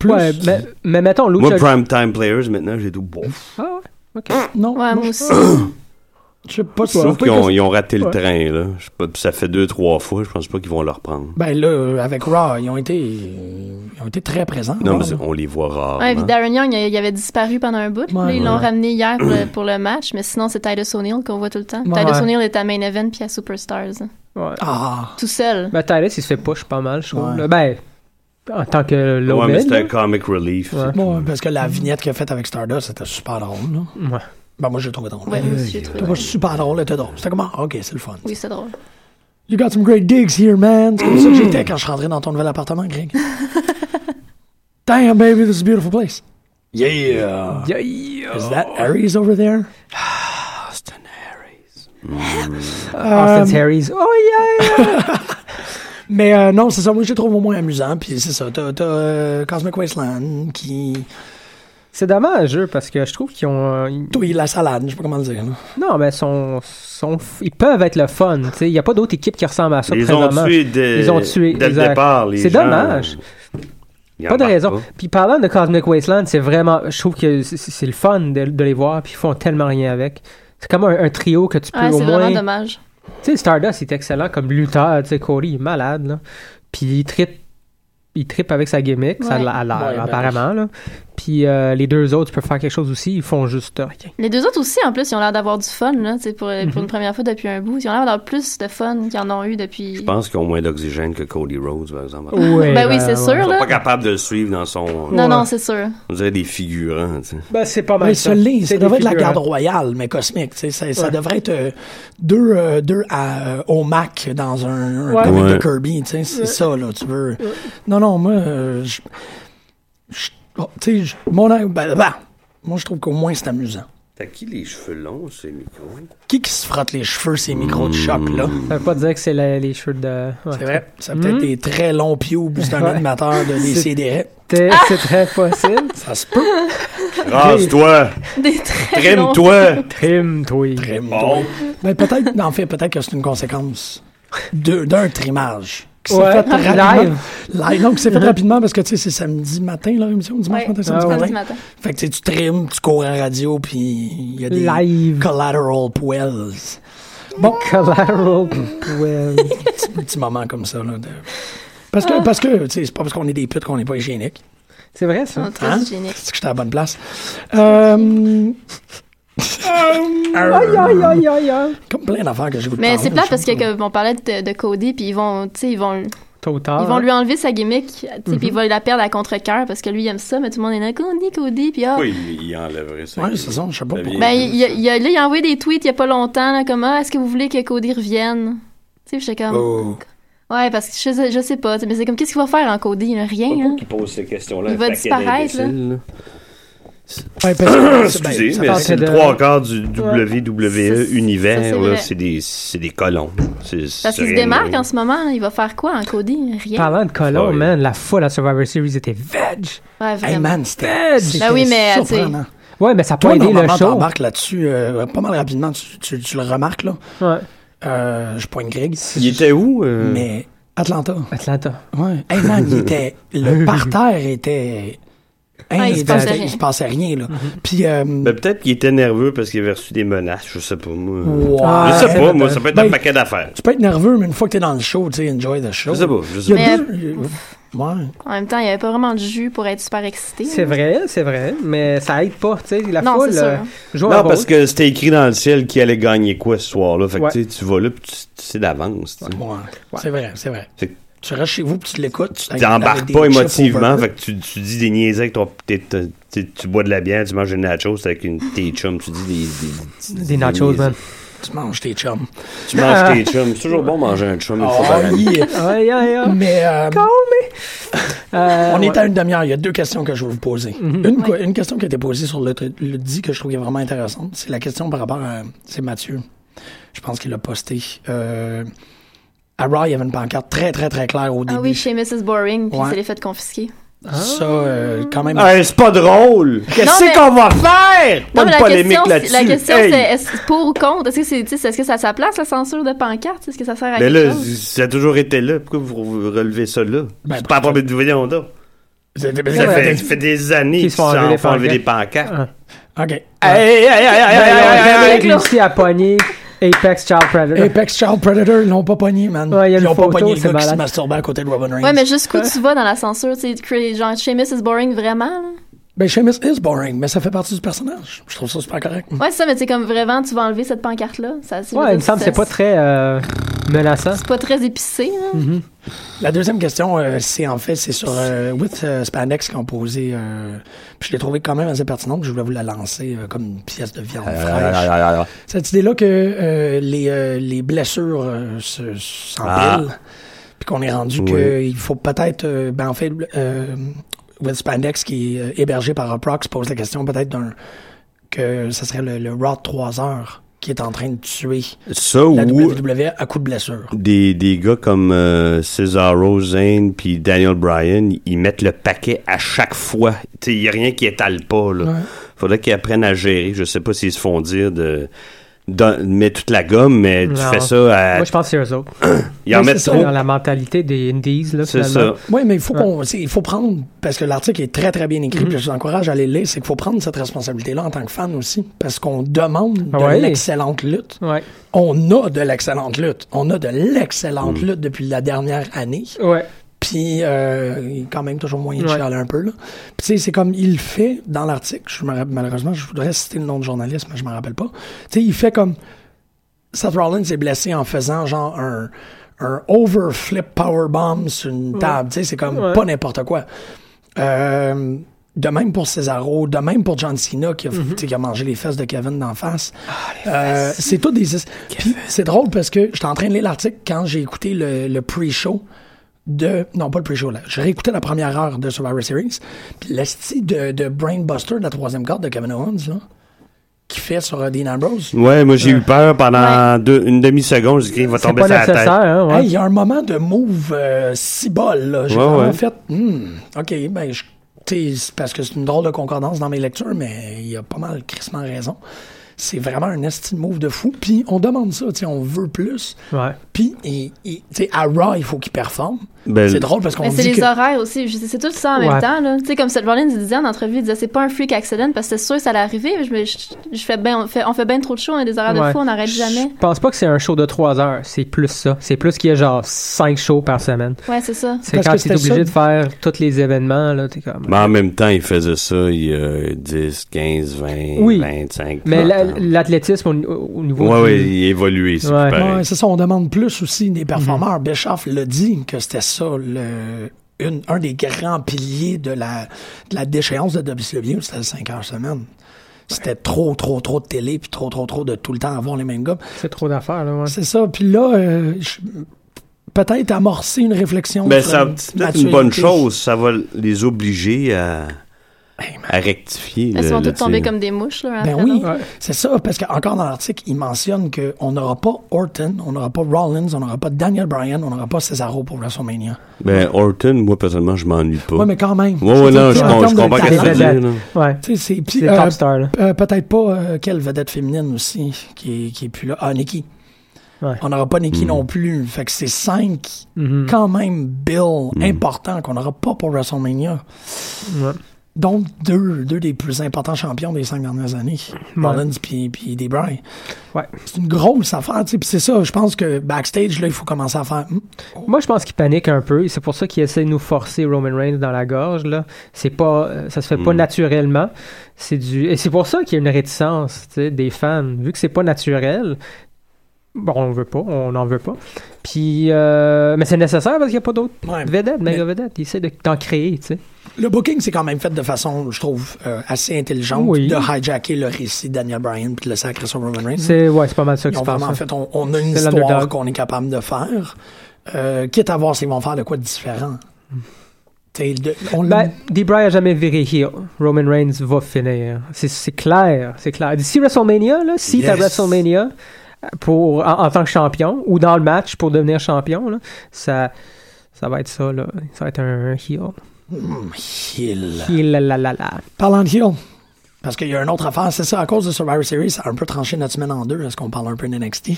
Plus.
Ouais, mais, mais mettons, Lucha.
Moi, prime time players, maintenant, j'ai tout bon.
Ah ouais.
Non,
Ouais, moi
je-
aussi.
Je sais pas,
Je
toi.
trouve qu'ils ont, ils ont raté le
Ouais.
train, là. Je sais pas, puis ça fait deux, trois fois. Je pense pas qu'ils vont le reprendre.
Ben là, euh, avec Raw, ils ont été, ils ont été très présents.
Non,
Raw,
mais
là.
c'est- on les voit hein. rarement.
Ouais, puis Darren Young, il il avait disparu pendant un bout. puis là, ils
Ouais.
l'ont ramené hier pour le, pour le match, mais sinon, c'est Titus O'Neill qu'on voit tout le temps.
Ouais.
Titus O'Neill est à Main Event puis à Superstars. hein.
Ouais.
Ah,
Tout seul.
Ben, Tyler, il se fait push pas mal, je trouve.
Ouais.
là. Ben, en tant que low
ouais, mais
mid,
c'était
là.
un comic relief.
Ouais.
bon, parce que la vignette qu'il a faite avec Stardust, c'était super drôle. Là.
Ouais.
Ben moi, j'ai trouvé drôle.
Ouais, moi aussi, j'ai
C'était
trouvé.
pas super drôle, c'était drôle. C'était comment? Ok, c'est le fun.
Oui, c'est drôle.
You got some great gigs here, man. C'est
Mm.
comme ça que j'étais quand je rentrais dans ton nouvel appartement, Greg. Damn, baby, this is a beautiful place. Yeah.
Yeah, yeah.
Is that Aries over there?
Austin Harris. Austin Harris. Oh yeah!
Mais euh, non, c'est ça. Moi, je le trouve au moins amusant. Puis c'est ça. T'as t'as, euh, Cosmic Wasteland qui
C'est dommage, eux, parce que je trouve qu'ils ont. euh, ils-
touille la salade. Je sais pas comment le dire. là.
Non, mais sont, sont, f- ils peuvent être le fun. tu sais. Il n'y a pas d'autres équipes qui ressemblent à ça.
Ils ont
présentement.
tué dès,
Ils ont tué,
dès le
exact.
départ. les
C'est
gens.
dommage.
Ils
Pas de
embarquent
raison.
pas.
Puis parlant de Cosmic Wasteland, c'est vraiment. Je trouve que c'est- c'est c'est le fun de, de les voir, puis ils font tellement rien avec. C'est comme un, un trio que tu peux
Ouais,
au
c'est vraiment
moins.
dommage.
Tu sais, Stardust, il est excellent comme lutteur. Tu sais, Corey, il est malade, là. Puis il tripe. Il tripe avec sa gimmick, ça
Ouais.
l'a- l'a-
Ouais, ben
apparemment. Là. Puis euh, les deux autres, tu peux faire quelque chose aussi, ils font juste rien.
Les deux autres aussi, en plus, ils ont l'air d'avoir du fun, là, tu sais, pour, pour une première fois depuis un bout. Ils ont l'air d'avoir plus de fun qu'ils en ont eu depuis.
Je pense qu'ils ont moins d'oxygène que Cody Rhodes, par exemple.
Ouais,
Ben oui, c'est
Ils
sûr,
sont
là.
pas capables de le suivre dans son.
Non, non,
Ouais.
c'est sûr.
On dirait des figurants, tu sais.
Ben, c'est pas mal.
Mais ça l'est, ça
C'est
devrait
des
être la garde
figurants.
royale, mais cosmique. tu sais, Ça, ça
Ouais.
devrait être euh, deux, euh, deux à, euh, au Mac dans un, un
Ouais.
comic
Ouais.
de Kirby. tu sais, C'est ça, là, tu veux. Non, non, moi, euh, je- je- oh, tu sais, je- mon ben, ben, moi, je trouve qu'au moins, c'est amusant.
T'as qui les cheveux longs, ces micros?
Qui qui se frotte les cheveux, ces
Mmh.
micros de choc, là?
Ça veut pas dire que c'est la- les cheveux de. ouais.
C'est vrai. Ça a peut-être des très longs pubes, c'est un animateur de
Mmh. C'est-
DCDR.
C'est c'est très possible.
Ça se peut.
Rase-toi!
Des très longs-
Trime-toi!
Trim, toi.
Très bon.
Bon.
Ben, peut-être, en fait, peut-être que c'est une conséquence de- d'un trimage. Qui s'est
Ouais,
fait rapidement.
live.
Live, donc, c'est fait rapidement parce que, tu sais, c'est samedi matin, leur émission, dimanche
Ouais.
matin, samedi
Ah ouais.
matin.
Samedi matin.
Fait que, tu sais, tu trimes, tu cours en radio, puis il y a des
Live.
collateral poils.
Collateral. Well.
Petit, petit moment comme ça, là. de- Parce
Ah.
que, parce que, tu sais, c'est pas parce qu'on est des putes qu'on n'est pas hygiénique.
C'est vrai,
Ils
ça.
sont très
Hein?
hygiéniques.
C'est que j'étais à la bonne place. Euh...
Aïe, aïe, aïe, aïe, aïe.
Comme plein d'affaires que j'ai voulu
Mais c'est plat parce que, comme on parlait de, de Cody, puis ils vont, tu sais, ils vont,
Tôt tard.
ils vont lui enlever sa gimmick, tu sais, puis ils vont la perdre à contre-cœur parce que lui, il aime ça, mais tout le monde est là, Cody, Cody, puis ah.
Pourquoi il, il enlèverait ça?
Ouais, c'est ça, je sais pas
La
pourquoi.
Ben,
vieille-
il, il a- il a- là, il a envoyé des tweets il y a pas longtemps, là, comme ah, est-ce que vous voulez que Cody revienne? Tu sais, j'étais comme.
Oh.
Ouais, parce que je sais, je sais pas, tu sais, mais c'est comme qu'est-ce qu'il va faire en Cody? là? Rien,
Pourquoi
hein?
qu'il pose ces questions-là?
Il
un
va
paquet
disparaître, là.
d'imbéciles, là?
Ouais, parce que-
Excusez,
ça
mais
partait
c'est
de-
le trois quarts du
Ouais.
Ça,
WWE
c'est- ça, c'est
univers, là,
vrai.
c'est des, c'est des colons. C'est-
Parce qu'il
c'est
se hein.
rien de
démarque
rien.
en ce moment, là. il va faire quoi en Cody? Rien.
Parlant de colons,
Ouais.
man, la foule à Survivor Series était veg.
Ouais,
Hey
vraiment.
man, c'était. c'était
Ben oui, mais,
surprenant.
Ouais, mais ça a pas
Toi,
aidé le
normalement,
show.
t'embarques là-dessus euh, pas mal rapidement. Tu, tu- tu le remarques, là.
Ouais.
Euh, je pointe Greg.
Il était où? euh?
Mais Atlanta.
Atlanta.
Ouais. Hey man, il était. Le parterre était. Hein,
Ouais, Ah, il se passait
était-
rien.
il se passait rien, là. Puis. euh,
Ben, peut-être qu'il était nerveux parce qu'il avait reçu des menaces, je sais pas, moi.
ouais.
je sais pas, moi, ça peut être un
Ben,
paquet d'affaires.
Tu peux être nerveux, mais une fois que t'es dans le show, tu sais, enjoy the show.
Je sais pas, je sais
Il y
pas.
Mais-
a deux. Ouais.
En même temps, il n'y avait pas vraiment de jus pour être super excité.
C'est
là.
vrai, c'est vrai, mais ça aide pas, tu sais, la
Non,
foule.
c'est
euh,
sûr. hein.
joue un
Non,
rôle.
parce que c'était écrit dans le ciel qui allait gagner quoi ce soir-là. Fait que
Ouais.
tu sais, tu vas là, puis tu, tu sais d'avance. tu sais.
Ouais. C'est vrai, c'est vrai.
Fait que-
Tu restes chez vous, puis tu l'écoutes. tu- avec- avec
T'embarques
des
pas
chips au
émotivement,
burger.
fait que tu, tu dis des niaiseries avec toi. t'es- t'es- t'es- tu bois de la bière, tu manges des nachos avec une, tes chums, tu dis des. des-
Des nachos, man.
Tu manges tes chums.
Tu manges tes chums. C'est toujours bon manger un chum
Oh,
une fois par année.
yeah.
Aïe, aïe,
Ben,
aïe.
Mais euh,
Euh,
on
ouais. Mhm.
est à une demi-heure. Il y a deux questions que je veux vous poser. une, quoi- une question qui a été posée sur le, tr- le dit que je trouve qui est vraiment intéressante, c'est la question par rapport à. C'est Mathieu. Je pense qu'il a posté. euh, À Raw, il y avait une pancarte très, très, très claire au début.
Ah oui, chez Mrs. Boring, puis
Ouais.
c'est les fait confisquer.
Ça, euh, quand même.
Hey, c'est pas drôle! Qu'est-ce
mais-
qu'on va faire?
Non,
Pas
mais
de
la
polémique
question, c'est-
là-dessus.
la question
Hey!
c'est est-ce pour ou contre? Est-ce que c'est, tu sais, est-ce que ça a sa place, la censure de pancarte? Est-ce que ça sert à
Mais
quelque
là,
chose?
ça a toujours été là. Pourquoi vous vous relevez ça là? c'est pas la première de voyons donc. Ça
ben,
fait,
ouais.
ça fait des années qu'ils
Qu'ils se
se
font enlever les
font enlever des
pancartes.
pancartes.
OK.
Hey, hey, hey, hey, hey, hey, hey, hey, hey,
Ils
hey.
ont réussi Ben, à pogner Apex Child Predator.
Apex Child Predator, ils l'ont pas pogné, man.
Ouais, il y a
ils
une
l'ont pas
photo,
pogné le
c'est
gars qui se
malade.
masturbait à côté de Robin Reigns.
Ouais, mais jusqu'où tu vas dans la censure? Tu sais, cra- genre, chez Mrs. Boring, vraiment? là?
Ben, Seamus is boring, mais ça fait partie du personnage. Je trouve ça super correct.
Ouais, c'est ça, mais tu sais, comme vraiment, tu vas enlever cette pancarte-là. Ça, je veux
Ouais,
dire,
il me semble que c'est pas très euh, menaçant.
C'est pas très épicé, hein?
La deuxième question, euh, c'est en fait, c'est sur euh, With euh, Spandex qu'on posait. euh, puis je l'ai trouvé quand même assez pertinent, puis je voulais vous la lancer euh, comme une pièce de viande
Euh, Ah,
fraîche. Cette idée-là que euh, les, euh, les blessures euh, se- s'empilent, puis qu'on est rendu
Ah. Oui.
qu'il faut peut-être, euh, ben en fait, euh, With Spandex qui est euh, hébergé par Uprox pose la question peut-être d'un que ce serait le, le Raw de 3 heures qui est en train de tuer
Ça
la E.
ou
WWE à coups de blessure.
des, des gars comme euh, Cesaro, Zane puis Daniel Bryan, ils mettent le paquet à chaque fois. Tu sais, Il n'y a rien qui étale pas. Là. faudrait qu'ils apprennent à gérer. Je sais pas s'ils se font dire de, de mettre toute la gomme, mais tu
Non.
fais ça à...
Moi, je pense que c'est eux autres.
Ils en
Oui,
mettent
c'est ça,
trop.
Dans la mentalité des indies, là,
C'est
finalement.
ça.
Oui, mais il faut qu'on, c'est- il faut prendre, parce que l'article est très, très bien écrit, puis je vous encourage à aller le lire, c'est qu'il faut prendre cette responsabilité-là en tant que fan aussi, parce qu'on demande de
Ouais.
l'excellente lutte.
Ouais.
On a de l'excellente lutte. On a de l'excellente lutte depuis la dernière année.
Ouais.
Puis, euh, il y a quand même toujours moyen de
Ouais.
chialer un peu, là. Puis, tu sais, c'est comme il fait dans l'article, je me rapp- malheureusement, je voudrais citer le nom de journaliste, mais je me rappelle pas. Tu sais, il fait comme Seth Rollins est blessé en faisant genre un, un overflip powerbomb sur une table. Tu sais, c'est comme
Ouais.
pas n'importe quoi. Euh, de même pour Cesaro, de même pour John Cena qui a,
Mm-hmm.
tu sais, qui a mangé les fesses de Kevin d'en face.
Ah,
Euh, c'est tout des. Puis C'est drôle parce que j'étais en train de lire l'article quand j'ai écouté le, le pre-show de. Non, pas le pre-show, là. J'ai réécouté la première heure de Survivor Series. Puis le style de, de Brainbuster de la troisième carte de Kevin Owens, là, qui fait sur euh, Dean Ambrose.
Ouais, moi j'ai eu peur pendant deux- une demi-seconde. J'ai dit qu'il va
C'est
tomber
pas
sur la
nécessaire,
tête.
hein,
Hey, Il
ouais.
y a un moment de move euh, cibole, là. J'ai
Ouais,
vraiment
ouais.
fait. Hmm, OK, ben, je- t'sais, c'est parce que c'est une drôle de concordance dans mes lectures, mais il y a pas mal crissement raison. C'est vraiment un esti de move de fou. Puis on demande ça, tu sais, on veut plus.
Ouais.
Puis, il- il- tu sais, à Raw, il faut qu'il performe.
Ben,
c'est drôle parce qu'on
Mais c'est
dit
les
que...
horaires aussi. Je- C'est tout ça en
Ouais.
même temps. là. Tu sais, comme Seth Rollins il disait en entrevue, il disait c'est pas un freak accident parce que c'est sûr que ça allait arriver. Je, me- je, je fais ben, on fait, on fait bien trop de shows, hein, des horaires
Ouais.
de fou, on n'arrête jamais.
Je pense pas que c'est un show de 3 heures. C'est plus ça. C'est plus qu'il y a genre 5 shows par semaine.
Ouais, c'est ça.
C'est
Parce
quand
que
tu
c'était
es obligé de
ça.
faire tous les événements, là, t'es comme...
Mais en même temps, ils faisaient ça il y a 10, 15, 20,
Oui.
25
Mais
30
Ah.
la-
ans.
l'athlétisme au, au niveau
Ouais,
du-
ouais, il a évolué, c'est
Ouais.
plus pareil.
Ouais, c'est ça, on demande plus aussi des performeurs.
Mm-hmm.
Bischoff l'a dit que c'était ça, le, une- un des grands piliers de la, de la déchéance de WCW, c'était 5 heures semaine. C'était trop, trop, trop de télé, puis trop, trop, trop de tout le temps avoir les mêmes gars.
C'est trop d'affaires, là, ouais.
C'est ça, puis là, euh, je- peut-être amorcer une réflexion.
Ben,
sur
ça-
la
c'est peut-être une bonne
maturité.
chose. Ça va les obliger à,
Ben,
à rectifier.
Elles
le-
sont
le
toutes tombées
tir.
comme des mouches. Là,
Ben
après
oui,
l'autre.
c'est ça, parce qu'encore dans l'article, il mentionne qu'on n'aura pas Orton, on n'aura pas Rollins, on n'aura pas Daniel Bryan, on n'aura pas Cesaro pour WrestleMania.
Ben, Orton, moi, personnellement, je m'ennuie pas.
Ouais, mais quand même.
Ouais, ouais, non, je,
En
com-
termes
je
de
comprends qu'est-ce que tu
talent,
dis.
talent.
là.
Ah,
Ouais.
tu sais, c'est- puis,
C'est
euh,
top star, là.
euh, Peut-être pas euh, quelle vedette féminine aussi qui est, qui est plus là. Ah, Nikki.
Ouais. Mm.
On n'aura pas
Mm.
Nikki non plus. Fait que c'est cinq, quand même, bills
Mm.
importants qu'on n'aura pas pour WrestleMania.
Ouais.
Donc, deux, deux des plus importants champions des cinq dernières années. Rollins puis puis Dee Bry.
Ouais.
C'est une grosse affaire, tu sais. Puis c'est ça, je pense que backstage, là, il faut commencer à faire... hmm,
Moi, je pense qu'il panique un peu. et C'est pour ça qu'il essaie de nous forcer Roman Reigns dans la gorge. Là. C'est pas, euh, ça se fait pas
Mm.
naturellement. C'est du, et c'est pour ça qu'il y a une réticence tu sais, des fans. Vu que c'est pas naturel, bon, on veut pas, on n'en veut pas. Puis, euh, mais c'est nécessaire parce qu'il n'y a pas d'autres
Ouais.
vedettes,
Mais-
méga vedettes. Il essaie de, d'en créer, tu sais.
Le booking, c'est quand même fait de façon, je trouve, euh, assez intelligente
Oui.
de hijacker le récit de Daniel Bryan puis de le sacrer sur Roman Reigns.
C'est, ouais, c'est pas mal ça qui
Mm-hmm. Ils ont
se passe.
vraiment
hein.
fait, on, on a une
C'est
histoire
l'underdog.
qu'on est capable de faire, euh, quitte à voir s'ils vont faire de quoi de différent. T'sais, de- on l'a-
Ben, Dee Bry a jamais viré heel. Roman Reigns va finir. C'est, c'est clair, c'est clair. D'ici WrestleMania, là, si t'as
Yes.
WrestleMania, euh, pour, en, en tant que champion ou dans le match pour devenir champion, là, ça, ça va être ça. Là. Ça va être un, un heel.
Hmm, heel.
Heel, la, la, la, la.
Parlant de heel, parce qu'il y a une autre affaire, c'est ça, à cause de Survivor Series, ça a un peu tranché notre semaine en deux. Est-ce qu'on parle un peu d'NXT?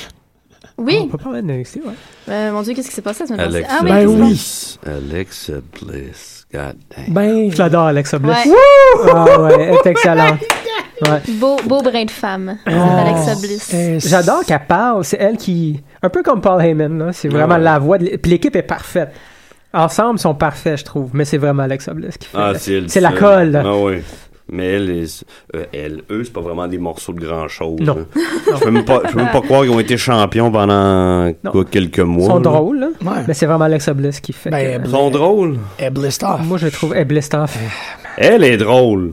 On
Oui.
peut parler de NXT, ouais.
Oh.
Euh, mon Dieu, qu'est-ce qui s'est passé la semaine passée?
Alexa
Ah oui,
Ben
qu'est-ce qui s'est
oui.
Alexa Bliss, god damn.
Ben,
Je l'adore, Alexa Bliss.
Ouais.
Ah ouais, elle est excellente. Ouais.
passé? Beau, beau brin de femme,
Euh,
Alexa Bliss.
eh,
Euh, J'adore qu'elle parle. C'est elle qui. Un peu comme Paul Heyman, là. C'est vraiment
Ouais.
la voix. De... l'é- Puis l'équipe est parfaite. Ensemble, ils sont parfaits, je trouve. Mais c'est vraiment Alexa Bliss qui fait.
Ah,
le-
c'est elle
C'est la
seule.
colle. là.
Ah oui. Mais elle, est- euh, elle, eux, c'est pas vraiment des morceaux de grand chose.
Non.
Je peux même pas, je peux même pas croire qu'ils ont été champions pendant
Non.
quoi, quelques
Ils
mois.
sont
Oh, là.
drôles, là.
Ouais.
Mais c'est vraiment Alexa Bliss qui fait.
Ben,
que- euh,
Ils sont drôles.
eh, blissed off.
Moi, je trouve. Elle est blessante.
Elle est drôle.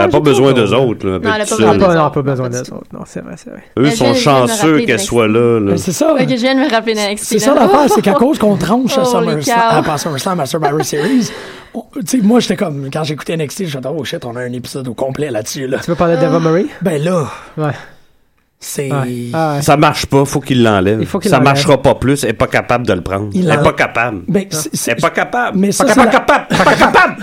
elle
je
n'a pas
trouve
besoin
drôle.
d'eux autres. Là,
Non, elle a
petite
pas besoin
Ah,
seule.
pas,
les
non,
autres,
pas besoin
pas du
des
tout.
autres. Non, c'est vrai, c'est vrai.
Eux
Mais je
sont
viens- je viens de Ben, me
chanceux
rappeler
qu'elle
de
soit là. là.
Ben, c'est ça.
Ok, je viens de me rappeler d'NXT.
C'est ça
là.
l'affaire, c'est qu'à cause qu'on tranche à
Holy
SummerSlam,
cow.
ah, pas à SummerSlam, à Survivor Series, on- tu sais, moi, j'étais comme, quand j'écoutais NXT, j'étais, oh shit, on a un épisode au complet là-dessus, là.
Tu veux parler de Deva Murray?
Ben là,
Ouais.
c'est. ben,
ouais. Ah, ouais.
Ça marche pas, faut qu'il l'enlève.
Il faut qu'il
ça
l'enlève.
marchera pas plus, elle est pas capable de le prendre.
Il
elle est
l'en-
pas capable.
Ben, c'est-
Elle
c'est-
est pas capable.
Mais
pas,
ça,
capable,
c'est
pas
la-
capable, pas capable.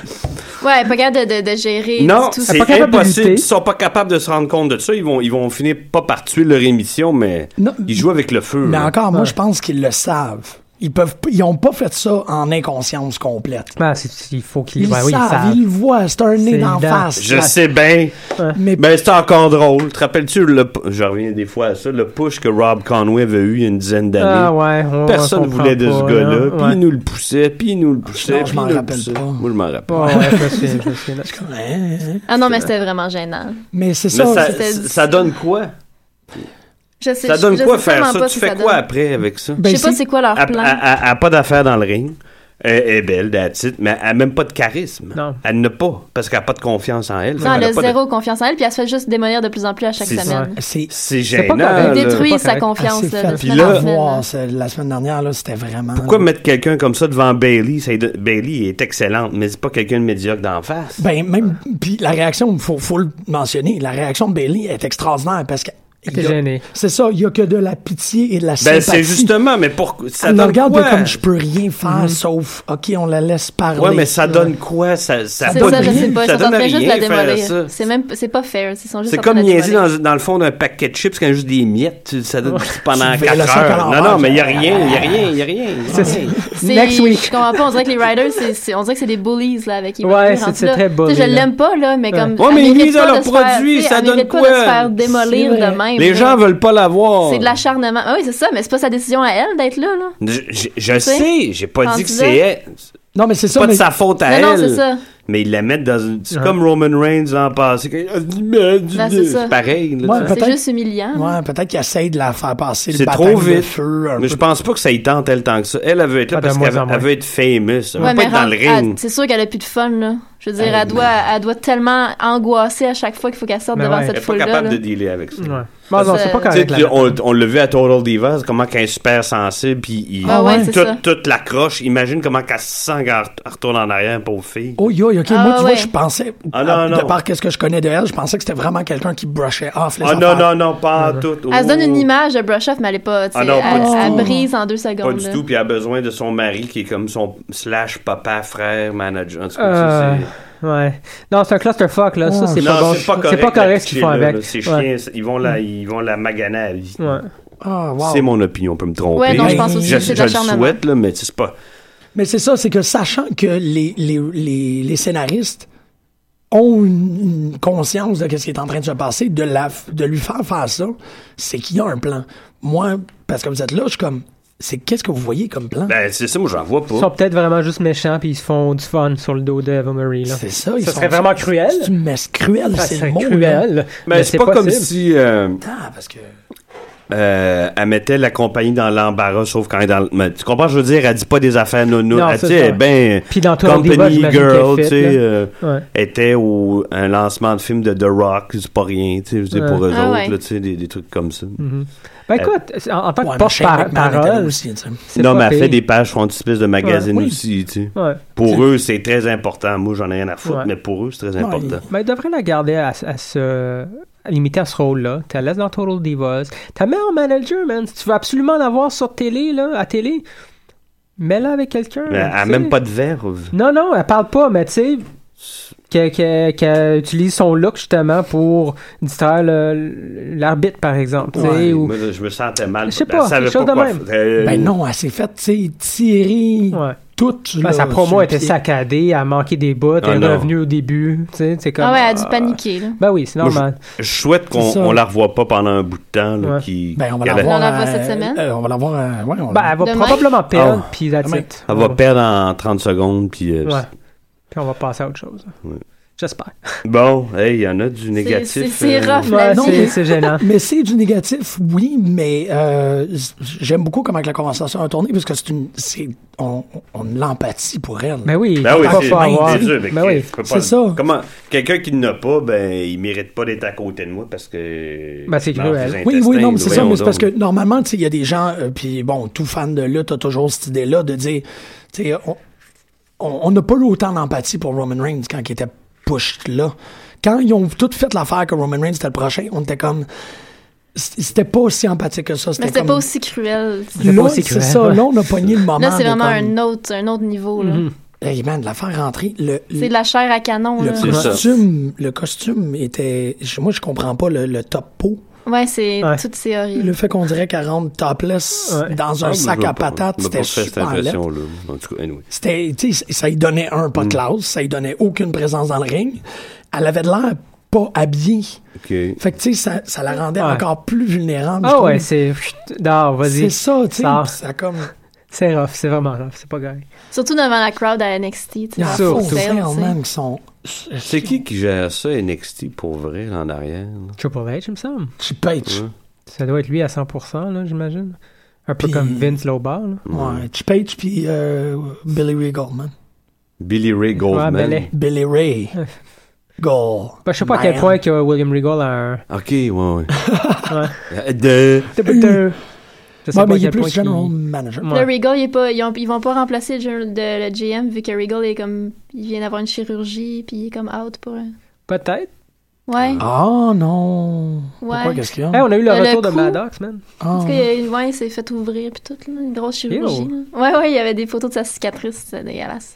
Ouais, pas capable de, de, de gérer
Non,
du tout.
c'est
pas capable de
impossible.
lutter.
Ils sont pas capables de se rendre compte de ça. Ils vont, ils vont finir pas par tuer leur émission, mais
Non.
ils jouent avec le feu.
Mais
là.
encore, moi, je pense qu'ils le savent. Ils peuvent, p- ils ont pas fait ça en inconscience complète.
Ah, c'est- il faut qu'il.
Ils,
ouais,
savent,
oui, ils savent.
ils le voient, c'est un
C'est
nez d'en
évident.
face.
Je
là.
sais bien.
Mais
Ben, c'est encore drôle. Te rappelles-tu, le, p- je reviens des fois à ça, le push que Rob Conway avait eu il y a une dizaine d'années.
Ah ouais, on-
Personne
on comprend
voulait de ce
pas,
gars-là.
là.
Puis
Ouais.
il nous le poussait, puis il nous le poussait.
je
puis il
m'en
nous le
rappelle
poussait.
pas.
Moi, je m'en rappelle.
Ouais, ouais, je me souviens, je me souviens.
Ouais, ouais.
Ah non, mais c'était vraiment gênant.
hein? mais c'est
Mais
ça.
ça,
c'était-
ça- ça donne quoi?
Je sais,
Ça donne
je
quoi
sais
faire
tellement
ça?
pas
Tu
si
fais
ça
quoi
donne.
après avec ça?
Ben,
je sais pas
c'est-
c'est quoi leur
Elle
plan.
elle- elle a pas d'affaires dans le ring. Elle elle est belle, that's it, mais elle n'a même pas de charisme.
Non.
Elle n'a pas, parce qu'elle n'a pas de confiance en elle.
non, elle
Elle a
a
pas de-
zéro confiance en elle, puis elle se fait juste démolir de plus en plus à chaque
C'est ça.
semaine.
C'est
C'est
C'est pas
gênant.
correct.
là.
Elle Détruit.
Détruire
pas
sa
Ah,
correct.
confiance.
assez
là,
fait
de
Puis
semaine
là-
en
à
semaine, là.
voir. c'est- La semaine dernière, là, c'était vraiment.
Pourquoi mettre quelqu'un comme ça devant Bailey? Bailey est excellente, mais c'est pas quelqu'un de médiocre d'en face.
Ben, même, puis la réaction, faut, faut le mentionner, la réaction de Bailey est extraordinaire parce que.
était
il y a-
gênée.
C'est ça, il y a que de la pitié et de la
Ben,
sympathie.
c'est justement, mais pourquoi? Ça
Elle le
donne
regarde
quoi? Mhm.
comme je peux rien faire sauf, OK, on la laisse parler.
Ouais, mais ça donne quoi? Ça, ça
C'est
pas
ça,
de
je
rien.
sais pas. Ils
Ça
sont en
donne
train juste de la
rien faire
démolir.
ça.
C'est même, c'est pas fair. Ils sont juste
C'est
en train
comme
de la
niaiser
démolir.
dans, dans le fond d'un paquet de chips quand juste des miettes, tu- ça donne pendant
Tu fais le
4
sac à
heures. Non,
l'envers,
non, mais il
genre.
n'y a rien, il n'y a rien, il n'y a rien. y a rien.
C'est-
Next week.
Je comprends pas. On dirait que les Riders, c'est, c'est- on dirait que c'est des bullies là avec Ivan
Ouais,
Lee
c'est-
rendu
c'est
là.
très bully,
Tu sais, je
là.
l'aime pas là, mais comme.
Ouais, mais
elle
ils
mérite
nuisent
pas
à
de
leur
se faire-
produit,
tu sais,
ça
elle
donne
mérite pas
quoi?
de se faire démolir
C'est vrai.
de même.
Les
là.
gens veulent pas l'avoir.
C'est de l'acharnement. Ah oui, c'est ça, mais c'est pas sa décision à elle d'être là. là.
Je, je-
sais,
je sais, j'ai pas dit
rendu
que c'est
là.
elle.
Non, mais c'est
C'est
ça.
pas de
mais-
sa faute à
Non, non,
elle.
c'est ça.
Mais ils la mettent dans une. C'est
Ouais.
comme Roman Reigns en passé. Ah, quand-
Ben, c'est ça.
C'est pareil. là,
Ouais,
tu sais.
peut-être-
C'est juste hein? humiliant.
Ouais, peut-être qu'il essaye de la faire passer le
C'est
baptême
trop
de
vite.
feu. un
mais
peu.
je pense pas que ça y tente elle tant que ça. Elle, elle veut être là
Ah, de
parce
moins
qu'elle
en moins.
elle veut être famous. Elle
Ouais,
veut pas
mais
être dans
rend-
le
elle-
ring.
c'est sûr qu'elle a plus de fun là. Je veux dire, elle doit, elle doit tellement angoisser à chaque fois qu'il faut qu'elle sorte
Mais
devant
ouais.
Elle
cette
est pas
foule là.
capable de dealer avec ça.
Ouais. Ah non, c'est pas
Tu sais,
correct. là.
on, on l'a vu à Total Divas, comment qu'elle est super sensible, puis il,
Ah ouais, c'est
tout-
ça.
toute la croche. Imagine comment qu'elle se sent quand elle retourne en arrière, pauvre fille.
Oh, yo, OK,
Ah,
moi, tu vois,
ouais.
je pensais,
Ah, non,
de
non.
par qu'est-ce que je connais de elle, je pensais que c'était vraiment quelqu'un qui brushait off les
Ah non,
affaires.
non, non, pas en tout.
Elle se donne une
Oh.
image de brush-off, mais elle est pas. tu sais,
Ah non, pas
elle,
du
elle
tout.
brise en deux
Pas
secondes.
du
là.
tout, puis elle a besoin de son mari qui est comme son slash papa, frère, manager. En tout cas,
Euh,
ça, c'est-
ouais. Non, c'est un clusterfuck, là. Ça, c'est
Non,
pas bon.
c'est pas correct.
C'est pas
la
correct ce qu'ils
petite
font
fille, là,
avec.
là. C'est
Ouais.
chiant, c'est- Ils vont la, ils vont la maganer à vie.
Ouais.
Ah, wow.
C'est mon opinion, on peut me tromper.
Ouais, non,
je pense aussi
Je,
que c'est
je le
d'acharnement.
souhaite, là, mais c'est pas.
Mais c'est ça, c'est que sachant que les, les, les, les scénaristes ont une, une conscience de ce qui est en train de se passer, de, la, de lui faire faire ça, c'est qu'il y a un plan. Moi, parce que vous êtes là, je suis comme, c'est qu'est-ce que vous voyez comme plan?
Ben, c'est ça, moi, j'en vois
Ils
pas.
sont peut-être vraiment juste méchants puis ils se font du fun sur le dos de Eva Marie. Là.
c'est ça, ils
Ça
sont-
serait vraiment cruel.
C'est une messe cruelle,
Ça
c'est le
serait
mot. là.
cruel.
Mais, c'est pas comme
possible.
si euh,
Ah, parce que...
euh, elle mettait la compagnie dans l'embarras, sauf quand elle est dans. le- Mais, tu comprends, je veux dire, elle dit pas des affaires non
Non,
Elle
c'est
dit,
ça.
eh ben,
Puis dans Total Divas,
Company
j'imagine
Girl, tu
qu'elle fit,
sais,
là.
euh,
Ouais.
était au un lancement de film de The Rock, c'est pas rien, tu sais, je veux dire,
Ouais.
pour eux
Ah
autres,
ouais.
là, tu sais, des, des trucs comme ça.
Ben écoute, en, en tant que
Ouais, mais Shane McMahon était là
porte-parole,
aussi, tu sais.
c'est
Non, mais
pas
elle fait
pire.
des pages frontispices de magazines
Ouais. Oui.
aussi, tu sais.
Ouais.
Pour eux, c'est très important. Moi, j'en ai rien à foutre,
Ouais. Ben,
mais pour eux, c'est très
Ouais.
important.
Mais ils devraient la garder à, à ce limité à ce rôle-là. Tu la laisses dans Total Divas. Ta mère en manager, man. Si tu veux absolument en avoir sur télé, là, à télé, mets-la avec quelqu'un.
Elle a
tu sais.
même pas de verve.
Non, non, elle parle pas, mais tu sais, qu'elle que, que utilise son look justement pour distraire le- l'arbitre, par exemple. tu sais,
Ouais,
ou-
moi, là, je me sentais mal.
Je sais
Elle
pas,
savait
quelque chose
pas
de
quoi
même.
faire. Euh,
Ben non, elle s'est faite, tu sais, tirer toute.
Ben,
là,
sa
sur
promo
le
était
pied.
saccadée, elle a manqué des bouts,
Ah
elle est
non.
revenue au début. tu sais, c'est comme,
Ah ouais, elle a dû
ah.
paniquer. Là.
Ben oui, c'est
Moi, je-
normal.
je, souhaite qu'on
C'est ça.
on la revoie pas pendant un bout de temps. Là,
Ouais.
qui,
Ben, on va
qu'elle-
l'avoir.
On la voit
euh,
cette semaine?
euh, on va l'avoir. euh, ouais, on
Ben,
l'a-
elle va
Demain?
probablement perdre,
Ah.
puis that's
Demain.
it.
Elle
Ouais.
va perdre en 30 secondes. Puis, euh,
Ouais. Puis on va passer à autre chose.
Ouais.
J'espère.
Bon, hey, il y en a du
C'est-
négatif.
C'est
euh,
rough,
Ouais,
la
non,
vie.
c'est- c'est gênant.
Mais c'est du négatif, oui, mais euh, j'aime beaucoup comment que la conversation a tourné, parce que c'est une. c'est- On, on a de l'empathie pour elle.
Ben oui,
Ben oui,
pas
c'est
fort à voir.
c'est dur, mais
Ben oui.
je peux pas-
c'est ça.
Comment quelqu'un qui n'a pas, ben il mérite pas d'être à côté de moi parce que.
Ben, c'est
dans
cruel.
ses
Oui, oui,
intestins,
non, mais c'est ça,
voyons
mais c'est parce que
donc.
normalement, tu sais, il y a des gens, euh, puis bon, tout fan de lutte a toujours cette idée-là de dire, tu sais, on- on on n'a pas eu autant d'empathie pour Roman Reigns quand il était push là. Quand ils ont tout fait l'affaire que Roman Reigns était le prochain, on était comme, c- c'était pas aussi empathique que ça.
Mais c'était
comme-
pas aussi cruel.
c'était pas
Là,
aussi
c'est
cruel.
ça, là, on a pogné le moment.
Là, c'est
de
vraiment
comme, Mhm.
un autre, un autre niveau. là.
Hey man, de la faire rentrer, le,
C'est de la chair à canon.
le
Là.
C'est ça.
costume, le costume était, je- moi, je comprends pas le, le top pot.
Ouais, c'est
Ouais.
tout c'est horrible.
Le fait qu'on dirait qu'elle rentre topless
Ouais.
dans un
Ah,
sac
je
à
veux pas-
patates,
je veux
c'était
pas faire cette
super laid.
impression-là. En tout cas, anyway.
C'était, tu sais, ça lui donnait un
Mm.
pas de classe, ça lui donnait aucune présence dans le ring. Elle avait de l'air pas habillée.
OK.
Fait que, tu sais, ça, ça la rendait
Ouais.
encore plus vulnérable. je
Ah
trouve.
ouais, c'est. Non,
C'est
vas-y.
ça, tu sais.
Ça.
pis Ça comme.
C'est rough, c'est vraiment rough, c'est pas grave.
Surtout devant la crowd à NXT. tu sais,
Il y a
dans
sûr,
faux
le sale,
frères,
tu sais.
man, qui sont.
C'est qui qui gère ça, NXT, pour vrai, en arrière? là?
Triple H, il me semble.
Tu pitch.
Ça doit être lui à 100%, là, j'imagine. Un peu
Puis-
comme Vince Lobar, là.
Ouais. Tu pitch, puis euh, Billy Ray Goldman.
Billy Ray Goldman.
ben,
Ouais, Belay.
Billy Ray. Gold.
Ben, je sais pas à quel
Man.
point que William Regal a un.
OK, ouais, ouais. Euh, De...
Je sais
Ouais,
pas à
mais il est
quel point
plus
qu'il-
general manager.
Ouais.
Le Regal, il est pas, ils, ont- ils vont pas remplacer le, gen- de- le GM vu que Regal est comme. Il vient d'avoir une chirurgie, puis il est comme out pour. un-
Peut-être.
Ouais,
Ah non. Pourquoi?
ouais.
Qu'est-ce qu'il y a?
Hey, on a eu le
Le
retour de
coup-
Maddox, man.
Ah.
En tout cas, il y a une- ouais, il s'est fait ouvrir, puis tout, là, une grosse chirurgie. là. Ouais, ouais, il y avait des photos de sa cicatrice, c'était dégueulasse.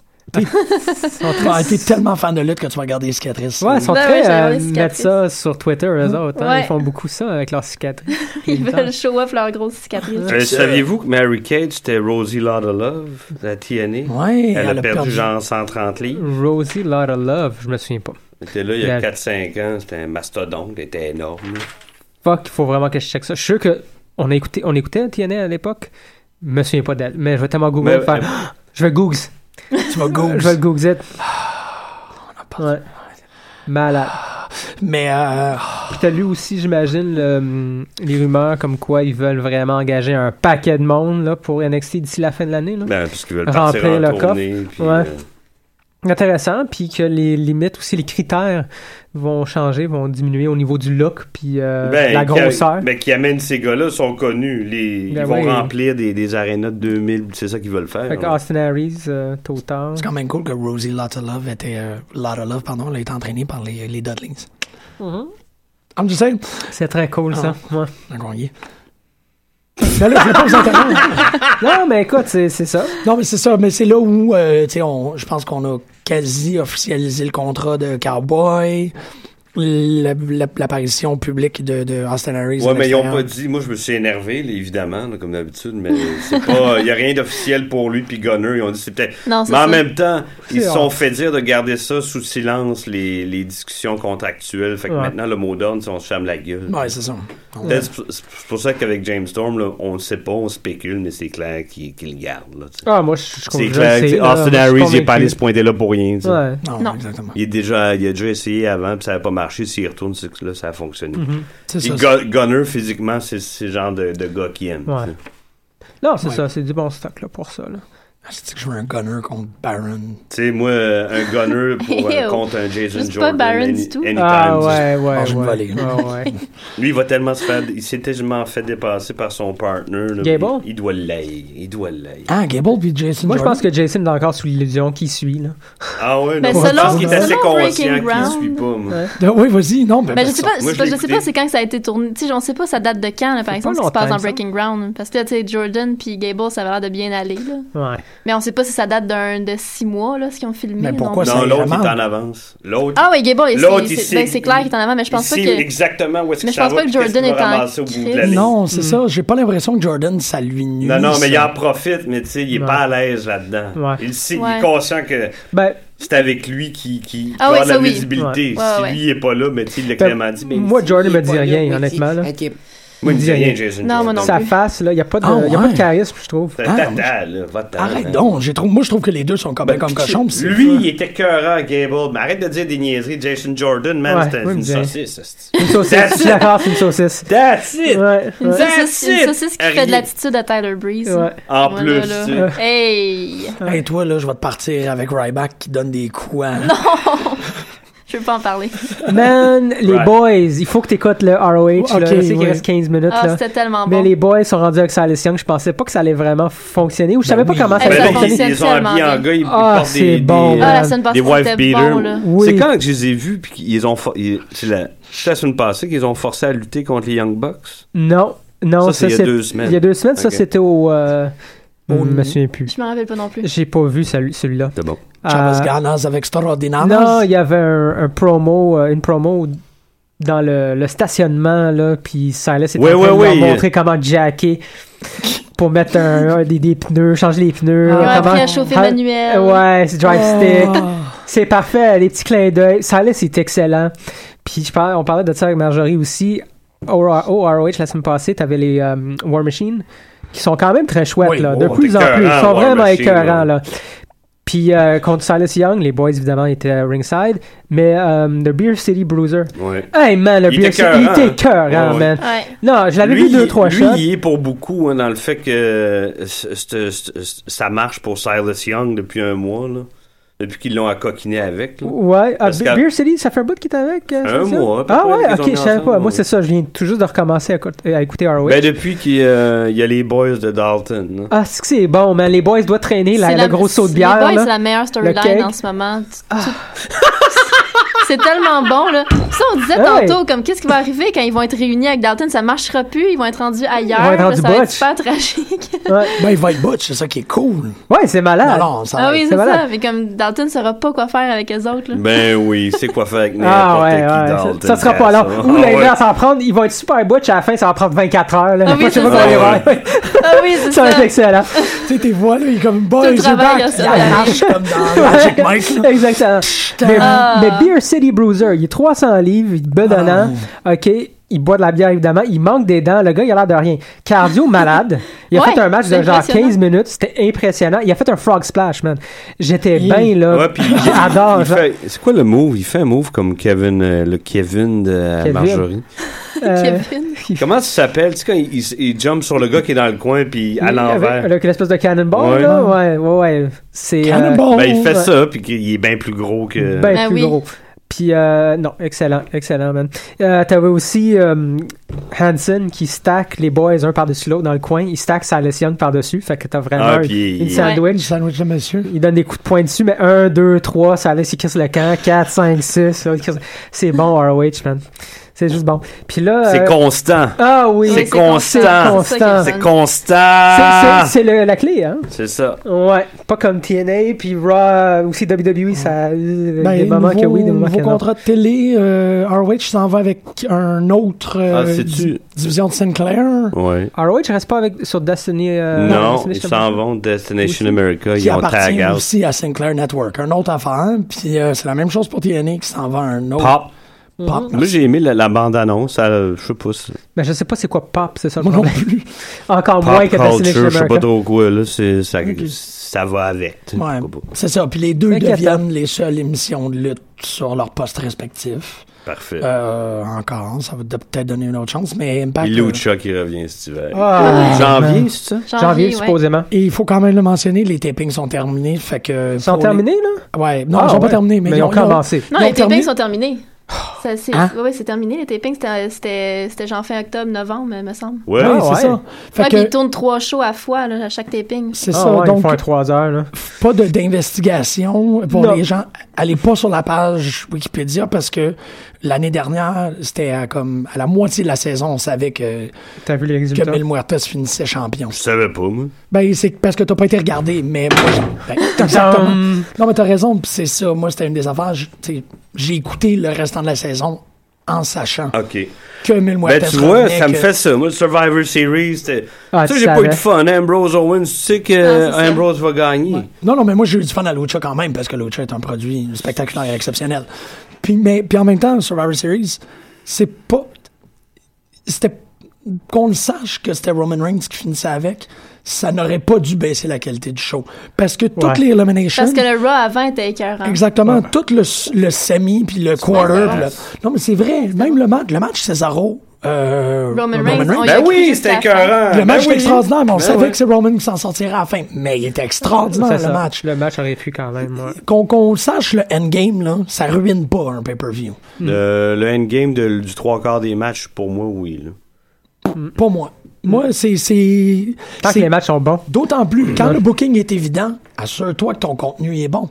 Ah, t'es tellement fan de lutte que tu vas regarder les cicatrices.
Ouais, ils sont
Ben
très
ouais, j'allais voir
euh,
les
mettre
cicatrices.
ça sur Twitter, eux autres. hein.
Ouais.
Ils font beaucoup ça avec leurs cicatrices.
Ils
Militants.
veulent show off leurs grosses cicatrices.
Euh, Saviez-vous que Mary Kate, c'était Rosie Lauderlove, la TNA?
Ouais,
Elle, a, perdu, genre 130 livres.
Rosie Lot of Love, je me souviens pas.
Elle était là il y a
Elle-
4-5 ans, c'était un mastodonte, elle était énorme. là.
Fuck, il faut vraiment que je check ça. Je suis sûr que on a écouté, on écoutait TNA à l'époque. Je me souviens pas d'elle, mais je vais tellement googler.
Mais-
faire, Ah, Je vais googs.
Tu vas go.
Je vais le googler.
pas-
Ouais. Malade.
Mais euh,
Puis t'as lu aussi, j'imagine, le, hum, les rumeurs comme quoi ils veulent vraiment engager un paquet de monde là, pour NXT d'ici la fin de l'année. là.
Ben, parce qu'ils veulent
Remplir
partir en
le
tournée. puis,
Ouais.
euh,
Intéressant, puis que les limites aussi, les critères vont changer, vont diminuer au niveau du look, puis euh,
ben,
la
qui-
grosseur.
ben, qui amène ces gars-là sont connus. Les,
Ben
ils vont
oui.
remplir des, des arénas de 2000, c'est ça qu'ils veulent faire.
Fait que
là.
Austin Harris, euh, tôt tard.
c'est quand même cool que Rosie Lottelove était euh, Lottelove, pardon, elle a été entraînée par les, les Dudleys. Ah, I'm just saying.
C'est très cool, ça. Ah. Ouais.
Donc, on y est. Ben là, je vais pas vous interrompre.
Non, mais écoute, c'est c'est ça.
Non, mais c'est ça. Mais c'est là où, euh, tu sais, on- je pense qu'on a quasi officialisé le contrat de Cowboy, la- la- l'apparition publique de, de Austin Harris. à
Ouais, mais ils ont
l'extérieur.
pas dit. Moi, je me suis énervé, là, évidemment, là, comme d'habitude, mais c'est pas. Il n'y a rien d'officiel pour lui, puis Gunner, ils ont dit c'est peut-être.
Non, c'est
Mais en
ça.
même temps, ils se
C'est
sont
rare.
fait dire de garder ça sous silence, les, les discussions contractuelles. Fait que
Ouais.
maintenant, le mot d'ordre, c'est on se ferme la gueule.
Ouais, c'est ça.
Peut-être C'est pour- c'est pour ça qu'avec James Storm, là, on ne sait pas, on spécule, mais c'est clair qu'il qu'il le garde. là, tu sais.
Ah, moi, je je- je-
c'est
je
clair
le sais,
que
là,
Austin
moi, je suis
Harris, il n'est pas allé
convaincu.
se pointer là pour rien. tu sais.
Ouais.
Non,
Non.
exactement.
Il, est déjà, il a déjà essayé avant, puis ça n'a pas marché. S'il retourne, c'est que là, ça a fonctionné.
Mm-hmm.
C'est
Et
ça.
Gun- Gunner, physiquement, c'est c'est le genre de, de gars qui aime.
Ouais.
tu sais.
Non, c'est
Ouais.
ça, c'est du bon stock là, pour ça. Là.
Ah, C'est que je veux un gunner contre Baron.
Tu sais, moi, euh, un gunner pour, euh, contre un Jason
Juste pas
Jordan.
Baron
any-
du tout.
anytime.
Ah ouais, ouais,
Ah, je vais
ouais.
voler.
Ouais, ouais.
Lui, il va tellement se faire. Il s'est tellement fait dépasser par son partner. là,
Gable?
Il, il doit l'aider. Il doit l'aider.
Ah, Gable puis Jason
Moi, je
Jordan.
pense que Jason est encore sous l'illusion qui suit. Là.
Ah ouais,
Ben,
non, je
selon-
pense qu'il est assez
selon Breaking
conscient qu'il ne
Ground.
suit pas, moi.
Ouais.
Ah, oui, vas-y, non, ben,
Mais je
ben,
sais pas,
Moi, je
c'est pas-
l'ai
je sais
écouté.
pas c'est quand que ça a été tourné. Tu sais, on sait pas ça date de quand, là, par
C'est
exemple, ce
pas
qui se passe
longtemps,
dans
ça.
Breaking Ground. Parce que là, tu sais, Jordan puis Gable, ça avait l'air de bien aller, là.
Ouais.
Mais on sait pas si ça date d'un de six mois, là, ce qu'ils ont filmé.
Mais
non
pourquoi
plus.
ça-
Non, l'autre, il est
vraiment-
en avance. L'autre.
Ah oui, Gable, il-
L'autre,
c'est-
il
c'est
sait-
ben, c'est clair qu'il est en avant, mais je pense
il
pas
sait
que.
exactement où est-ce
Mais
que
je
ça
pense
va,
pas que
puis qu'est-ce
Jordan
qu'il va
est en
ramasser au bout de la
crise.
ligne.
Non, c'est
Hmm.
ça. J'ai pas l'impression que Jordan, ça lui nuit.
Non, non, mais il
ça.
en profite, mais tu sais, il est
Ouais.
pas à l'aise là-dedans.
Ouais.
Il sait, il est
Ouais.
conscient que
Ben,
c'est avec lui qui, qui
Ah
qui
ouais,
a de la
ça, oui.
visibilité.
Ouais.
Si
Ouais, ouais.
lui, il est pas là, mais tu sais, le
Ben,
Clément dit, mais
moi, Jordan me dit
pas
rien,
là,
honnêtement. Là.
mais qui- ok.
moi, il me dit
il dit
rien,
rien.
Jason.
Non, moi non
Sa
plus.
face, là, il n'y a, pas de-
Ah,
y a pas
ouais.
de charisme, je trouve.
T'as-
Ah,
t'as-
moi,
t'as, là, va-t'en,
Arrête
là.
donc. j'ai Trouvé... Moi, je trouve que les deux sont comme,
Ben,
comme cochons. puis c'est-
Lui, il était cœurant, Gable. Mais arrête de dire des niaiseries. Jason Jordan, man,
Ouais,
c'était
moi, il
une
me dit rien.
saucisse. hostie.
Une saucisse.
That's
Je suis d'accord, c'est une saucisse.
That's it!
Ouais,
Une
ouais,
saucisse,
That's
une
it.
saucisse qui
Arrive.
fait de l'attitude à Tyler Breeze.
ouais.
En
Voilà,
plus,
là.
tu sais.
Hey!
Hey, toi, là, je vais te partir avec Ryback qui donne des coups à.
Je veux pas en parler.
Man, les
Right.
boys, il faut que t'écoutes le ROH.
Ok,
là. Je sais qu'il
ouais.
reste 15 minutes.
Ah,
là.
c'était tellement
Mais
bon.
les boys sont rendus avec Silas Young. Je pensais pas que ça allait vraiment fonctionner ou je savais
Ben
pas
oui.
comment ça
Ben
allait
non,
Mais là,
fonctionner.
ils,
fonctionne
ils les
tellement
ont habillés en
bien.
gars, ils, ils
Ah,
portent
c'est
des,
bon,
des,
là.
Ah,
Euh,
la semaine passée,
des wife
c'était
beaters.
bon, là.
Oui.
C'est quand que je les ai vus, puis qu'ils- ils ont for- ils- c'est la, c'est la semaine passée qu'ils ont forcé à lutter contre les Young Bucks.
Non, non,
Ça, c'est il y a
c'est-
deux semaines.
Il y a deux semaines, ça
Ok.
c'était au. Euh,
Au-
je me souviens plus.
Je m'en rappelle pas non plus.
J'ai pas vu celui- celui-là.
C'est bon.
Chavez
Euh,
Ganas avec Strodinanas.
non, il y avait un, un promo, euh, une promo dans le, le stationnement là, puis Silas était
Ouais,
en train
ouais,
de leur
ouais.
montrer comment jacker pour mettre un- un- des, des pneus, changer les pneus.
Ils ont
comment-
appris à chauffer
Ah,
manuel. Oh.
Ouais, c'est drive stick.
Oh.
C'est parfait, les petits clins d'œil. Silas est excellent. Puis je par- on parlait de ça avec Marjorie aussi. Au au ROH la semaine passée, t'avais les euh, War Machine qui sont quand même très chouettes
Oui,
là,
oh,
de plus en
écœurant,
plus. Ils sont
War
vraiment
Machine,
écœurants
ouais.
là. Puis euh, contre Silas Young, les boys évidemment étaient à ringside, mais euh, The Beer City Bruiser.
Ouais.
Hey man, le
Il
Beer
était
City, il
écœurant. hein.
était écœurant,
Ouais, ouais.
man.
Ouais.
Non, je l'avais
lui,
vu deux
il-
trois
lui,
shots.
il est pour beaucoup hein, dans le fait que euh, c- c'est- c'est- c'est- ça marche pour Silas Young depuis un mois, là. depuis qu'ils l'ont accoquiné avec. là.
Ouais, ah,
Parce
Be-
qu'à-
Beer City, ça fait un bout qu'il est avec. euh,
Un
c'est ça?
mois, à peu
Ah
près, qu'ils
ouais,
ont
ok,
mis
je savais
ensemble,
pas. Moi,
ouais.
c'est ça, je viens tout juste de recommencer à, écout- à écouter ROH.
Ben, depuis qu'il euh, il y a les boys de Dalton. là.
Ah, c'est que c'est bon, man. Les boys doivent traîner la,
C'est
Ben, le gros saut de bière.
Les boys, hein.
là.
c'est la meilleure
Le cake.
storyline en ce moment. Tout- C'est tellement bon, là. Ça, on disait
Ouais.
tantôt, comme, qu'est-ce qui va arriver quand ils vont être réunis avec Dalton? Ça marchera plus, ils vont être rendus ailleurs.
Ils vont être
là,
rendus
ça va être
botch.
super tragique.
Ben, il va être butch, c'est ça qui est cool.
Ouais, c'est
Non,
malade.
non, ça
Ah
va
oui,
c'est
c'est ça.
malade.
Mais comme, Dalton saura pas quoi faire avec les autres, là.
Ben oui, c'est quoi faire avec
Ah
n'importe
ouais,
qui
ouais.
Dalton,
Ça, ça sera pas
ça.
long. Ou
Ah, ouais.
l'inverse, en prendre, ils vont être super butch à la fin, ça va prendre 24 heures. Là.
Ah oui,
Je sais
c'est
pas
ça.
comment ils vont-
Ah oui, c'est
Ça
ça.
va être excellent.
être- Tu sais, tes voix, là, il est comme boys,
le
you're
travail,
back. Ah,
ça.
Il marche comme dans Magic Mike, là.
Exactement. Mais,
ah.
mais Beer City Bruiser, il est 300 livres, il est bedonnant.
Ah.
OK. Il boit de la bière, évidemment. Il manque des dents. Le gars, il a l'air de rien. Cardio malade. Il a
Ouais,
fait un match de
c'est
genre
impressionnant.
15 minutes. C'était impressionnant. Il a fait un frog splash, man. J'étais bien, là.
Ouais, puis
J'adore.
il
genre,
fait- C'est quoi le move? Il fait un move comme Kevin, euh, le Kevin de euh,
Kevin.
Marjorie.
euh,
Kevin.
Comment ça s'appelle? Tu sais, quand il, il- il jump sur le gars qui est dans le coin, puis à
Oui, Avec,
l'envers.
avec l'espèce de cannonball,
Ouais.
là. Ouais, ouais, ouais. C'est. euh,
Cannonball.
Ben, il fait
ouais.
ça, puis qu'il- il est bien plus gros que.
ben
Ah
plus
oui.
gros. Puis, euh, non, excellent, excellent, man. Euh, T'avais aussi euh, Hanson qui stack les boys un par-dessus l'autre dans le coin. Il stack Silas Young par-dessus. Fait que t'as vraiment
Ah,
un-
puis il-
une
il-
sandwich.
Le sandwich de monsieur.
Il donne des coups de poing dessus, mais 1, 2, 3, Silas, il casse le camp. 4, 5, 6. C'est bon, ROH, man. C'est juste bon. Puis là.
c'est
euh,
constant.
Ah oui.
Oui,
C'est constant.
C'est ça qui est
C'est
fun.
C'est- c'est-
constant.
C'est le- la clé, hein?
C'est ça.
Ouais, pas comme TNA, puis Raw, aussi WWE, ça a eu
Ben,
des moments
nouveau,
que oui, des moments
nouveau
que non.
contrat de télé, euh, ROH s'en va avec un autre euh,
Ah, c'est-tu-
di- division de Sinclair
Ouais.
ROH reste pas avec, sur Destiny. euh,
non,
Destiny,
ils
je sais
s'en
pas.
vont Destination
Aussi.
America.
qui
Ils ont tag
appartient
out.
aussi à Sinclair Network. Un autre affaire, puis euh, c'est la même chose pour TNA qui s'en va à un autre.
Pop.
Mm-hmm.
Pop.
Moi, j'ai aimé la, la bande-annonce. ça, euh, Je sais pas. c'est-
Mais je sais pas c'est quoi pop, c'est ça le
Moi non
problème. Encore moins
Pop
que Destiny
culture, je sais pas
America.
trop quoi. Là, c'est- ça, ça va avec. tu sais,
Ouais,
pourquoi pas.
c'est ça. Puis les deux
Inquiétant.
deviennent les seules émissions de lutte sur leur poste respectif.
Parfait.
Euh, encore, ça va de- peut-être donner une autre chance, mais Impact.
Puis
euh,
Lucha qui revient cet hiver.
Ah,
Janvier, c'est ça?
Janvier,
ouais.
supposément.
Et euh, il faut quand même le mentionner, les tapings sont terminés, fait que...
Ils sont
pour
terminés, là?
Les... Ouais, non,
Ah,
ils sont pas
ouais.
terminés, mais,
Mais ils ont commencé.
Non,
ils ont
les tapings
terminé.
sont terminés. Ça, c'est
Hein?
ouais, ouais, c'est terminé. Les tapings, c'était- c'était c'était genre fin octobre, novembre, me semble.
Ouais.
Ouais, c'est
Ah, ouais.
ça. Fait
ouais, puis ils
que...
tournent trois shows à fois là, à chaque taping.
C'est
Ah
ça,
ouais, ils
donc
font un 3 heures, là.
pas de- d'investigation pour
Non.
les gens. Allez pas sur la page Wikipédia parce que l'année dernière, c'était à comme à la moitié de la saison, on savait que,
T'as vu les
que
résultats?
Mil Muertes finissait champion.
Je savais pas, moi.
Ben, c'est parce que t'as pas été regardé, mais moi, j'ai- ben, exactement. Non, mais t'as raison, pis c'est ça. Moi, c'était une des affaires. j- t'sais, J'ai écouté le restant de la saison en sachant
OK.
que Mil Muertes
Ah. Ben, tu vois,
revenait,
ça me
que-
fait ça. Moi, le Survivor Series, c'était.
Ah,
tu sais,
tu
j'ai pas eu
savais.
de fun. hein, Ambrose Owens, tu sais que
Ah, c'est ça.
Ambrose va gagner.
Non, non, mais moi, j'ai eu du fun à Lucha quand même, parce que Lucha est un produit spectaculaire et exceptionnel. Puis, mais, puis en même temps, Survivor Series, c'est pas. C'était. Qu'on le sache que c'était Roman Reigns qui finissait avec, ça n'aurait pas dû baisser la qualité du show. Parce que toutes
Ouais.
les eliminations.
Parce que le Raw avant était écœurant.
Hein?
Exactement. Tout le, s- le semi, puis le quarter. puis le- Non, mais c'est vrai. Même le match, le match Cesaro. euh,
Roman Reigns, on y a
Ben
cru
oui,
jusqu'à
c'était
la fin.
écœurant.
Le match
Ben
était
oui.
extraordinaire, mais on
Ben
savait
ouais.
que c'est Roman qui s'en sortirait à la fin. Mais il était extraordinaire,
C'est
le
ça.
match.
Le match aurait pu quand même, ouais.
Qu'on qu'on sache le endgame, là, ça ruine pas un pay-per-view.
Le, le endgame de- du trois quarts des matchs, pour moi, oui. là.
Pas moi. Moi, c'est- c'est.
Tant que
c'est-
les matchs sont bons.
D'autant plus, quand le booking est évident, assure-toi que ton contenu est bon.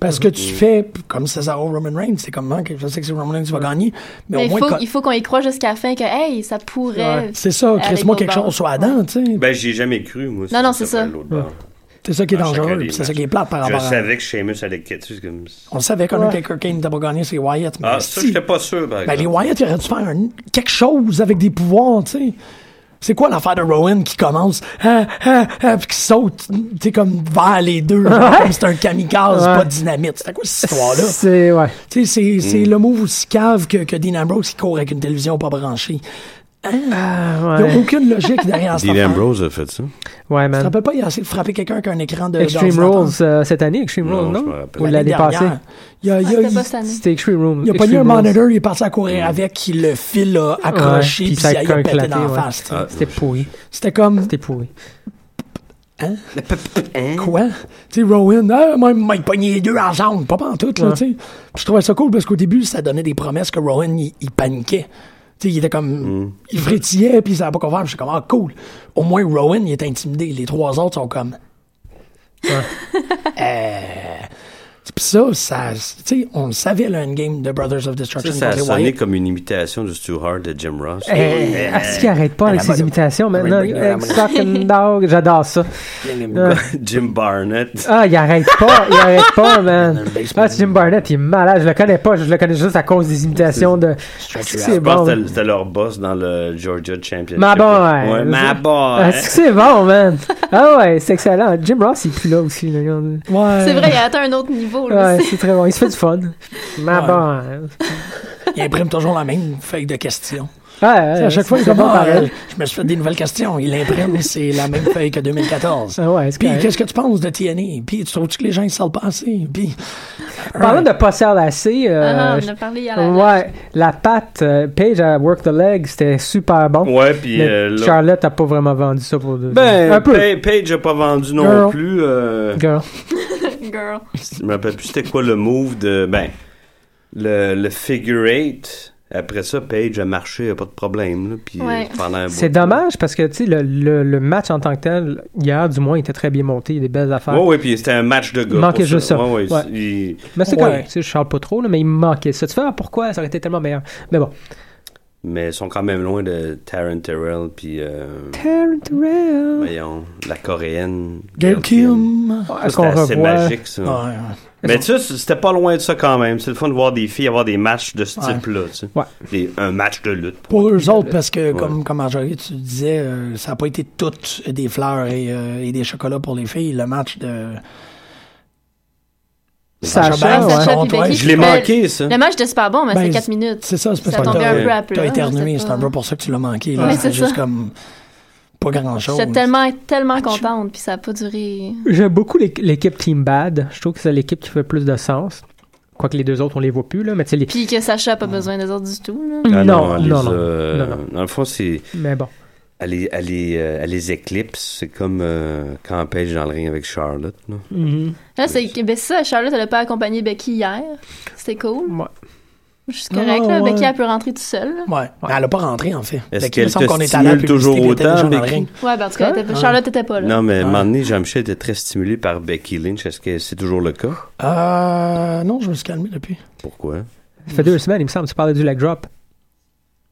Parce que tu fais, comme Cesaro Roman Reigns, c'est comme, hein, que je sais que c'est Roman Reigns qui va gagner,
Mais
mais, au
il
moins,
faut,
co-
il faut qu'on y croit jusqu'à la fin que, hey, ça pourrait.
c'est ça,
Avec
crée-moi
nos
quelque
bords.
chose sur la dent, tu sais.
Ben, j'ai jamais cru, moi.
Non, non, c'est ça.
l'autre bord.
C'est ça qui est
À chacun
dangereux,
des
puis c'est ça
matchs.
qui est plate par
Ah, hein. Je
rapport à.
savais que Seamus allait quitter. c'est comme-
On le savait qu'Undertaker Kane n'était pas gagné, c'est Wyatt. Mais
Ah, ça,
si-
j'étais pas sûr, par
Ben, les
exemple.
Wyatt, ils auraient dû faire un- quelque chose avec des pouvoirs, tu sais. C'est quoi l'affaire de Rowan qui commence, ah, ah, ah, puis qui saute, tu sais, comme vers les deux, genre, comme c'est un kamikaze,
Ouais.
pas de dynamite. C'était quoi cette histoire-là?
C'est, ouais.
Tu sais, c'est-
Hmm.
c'est le move aussi cave que, que Dean Ambrose qui court avec une télévision pas branchée. Hein?
Ah,
Il n'y a
ouais.
aucune logique derrière ça. Tu
Dean Ambrose a fait ça.
Ouais,
te
man.
rappelles pas, il a essayé de frapper quelqu'un avec un écran de
Extreme
d'ordinateur?
Rules, euh, cette année, Extreme
Non,
Rules,
je me
non?
rappelle.
Ou l'année
L'année
passée?
dernière. Il a, il a-
Ah, c'était
il-
pas cette année.
C'était Extreme Rules.
Il a pas eu un
Extreme Rules.
monitor, il est parti à courir avec, il le file là, accroché,
Mm. Ouais,
puis
puis ça
ça il a
a
pété
claqué,
dans
ouais.
la face. tu sais.
Ah.
C'était pourri.
C'était comme,
C'était pourri.
quoi? Tu sais, Rowan, ah, moi, moi, il pognait les deux ensemble, pas pantoute, là,
Ouais.
tu sais. Puis Je trouvais ça cool parce qu'au début, ça donnait des promesses que Rowan, il, il paniquait. Tu sais, il était comme,
Mm.
il frétillait, puis il savait pas quoi faire. Je suis comme, ah, cool. Au moins, Rowan, il est intimidé. Les trois autres sont comme, euh... Puis ça, ça, tu sais, on le savait, le endgame de Brothers of
Ça,
Destruction.
ça a
contre les
sonné
Wyatt.
comme une imitation de Stu Hart de Jim Ross.
Hey, Eh, Est-ce qu'il arrête pas avec
Eh, la mode
ses
de-
imitations maintenant?
Ring, ring,
Ex- fucking dog, j'adore ça. Euh,
Jim Barnett.
Ah, il arrête pas, il arrête pas, man.
Dans le basement.
Ah, Jim Barnett, il est malade, je le connais pas, je le connais juste à cause des imitations de. Ah,
tu
C'est
Je pense
bon.
que c'était- c'était leur boss dans le Georgia Championship.
Ma boy!
Ouais, ma boy!
Ah, c'est que c'est bon, man! Ah ouais, c'est excellent. Jim Ross, il est plus là aussi, là, regarde.
Ouais.
C'est vrai, il a atteint un autre niveau. Là,
Ouais,
aussi.
c'est très bon. Il se fait du fun. Ma
Ouais.
boy!
Il imprime toujours la même feuille de questions.
Ouais,
à chaque fois, il
c'est
dit,
bon,
Ah,
pareil.
Je me suis fait des nouvelles questions. Il imprime, c'est la même feuille que 2014.
Ah ouais, c'est
Puis,
correct.
qu'est-ce que tu penses de TNA? Puis, tu trouves-tu que les gens, ils savent pas assez? Puis,
Parlant de pas serre lacée,
Ah,
euh,
on en a parlé à la
ouais, la patte euh, Page à Work the Leg, c'était super bon.
Ouais, puis
Mais
euh, là-
Charlotte a pas vraiment vendu ça pour deux.
Ben,
un peu.
Pa- Page a pas vendu non
Girl.
plus. euh,
Girl.
girl.
je me rappelle plus c'était quoi le move de. Ben, le, le figure eight. Après ça, Page a marché, y a pas de problème. là, puis,
Ouais.
euh, pendant un bout
C'est
de
dommage parce que tu sais, le, le, le match en tant que tel, hier du moins, était très bien monté, il y a des belles
temps.
affaires.
Ouais, ouais, puis c'était un match de gars.
hein. Il manquait
pour
juste ça.
Ouais, ouais,
Ouais.
il-
Mais c'est
Ouais.
correct, tu sais, je parle pas trop, là, mais il me manquait ça. Tu fais ah, pourquoi ça aurait été tellement meilleur. Mais bon.
Mais ils sont quand même loin de Taryn Terrell, puis. euh,
Taryn Terrell.
voyons, la coréenne.
Gail Kim.
Ça,
Est-ce
c'était
qu'on
assez
revoit
magique, ça.
Ouais, ouais.
Mais tu sais, c'était pas loin de ça quand même. C'est le fun de voir des filles avoir des matchs de ce
Ouais.
type-là. tu sais.
Ouais.
Des- Un match de lutte.
Pour eux autres, parce que, comme, comme Marjorie, tu disais, euh, ça n'a pas été toutes des fleurs et, euh, et des chocolats pour les filles. Le match de.
Sacha,
Sacha,
ouais.
Sacha puis
Contre,
Becky,
ouais.
Je l'ai
puis
manqué, ça.
Le match était super bon, mais
Ben,
c'est 4 minutes.
C'est ça, c'est parce
Ça
que
tombait un peu à
t'as-
plat,
t'as
là,
éternué,
c'est
c'est
pas-
un peu pour ça que tu l'as manqué. là.
Ouais,
C'est
c'est
juste
ça.
comme pas grand-chose.
J'étais tellement, tellement contente, puis ça a pas duré.
J'aime beaucoup l'équ- l'équipe Team Bad. Je trouve que c'est l'équipe qui fait plus de sens. Quoique les deux autres, on les voit plus, là. Mais, tu sais, les...
Puis que Sacha a pas besoin des autres du tout. Là.
Ah
non,
elle les
non,
a-
non, non, non.
Dans le fond, c'est.
mais bon.
Elle les, elle les, euh, elle les éclipse. C'est comme euh, quand Paige dans le ring avec Charlotte. là.
Là, c'est ben, c'est ça, Charlotte, elle a pas accompagné Becky hier. C'était cool.
Ouais.
Je suis correct,
Ah,
là.
ouais.
Becky, elle peut rentrer toute seule. là.
Ouais. Mais Elle a pas rentré, en fait.
Est-ce
Fait qu'il me
qu'elle
semble
te
qu'on est à la
stimule
publicité,
toujours
elle était déjà dans
autant,
le
Becky?
ring.
Ouais, parce que elle était- Charlotte était pas là.
Non, mais à un
Ouais.
moment donné, Jamshed était très stimulé par Becky Lynch. Est-ce que c'est toujours le cas?
Euh, non, je me suis calmé depuis.
Pourquoi?
Ça fait deux semaines, il me semble, tu parlais du leg drop.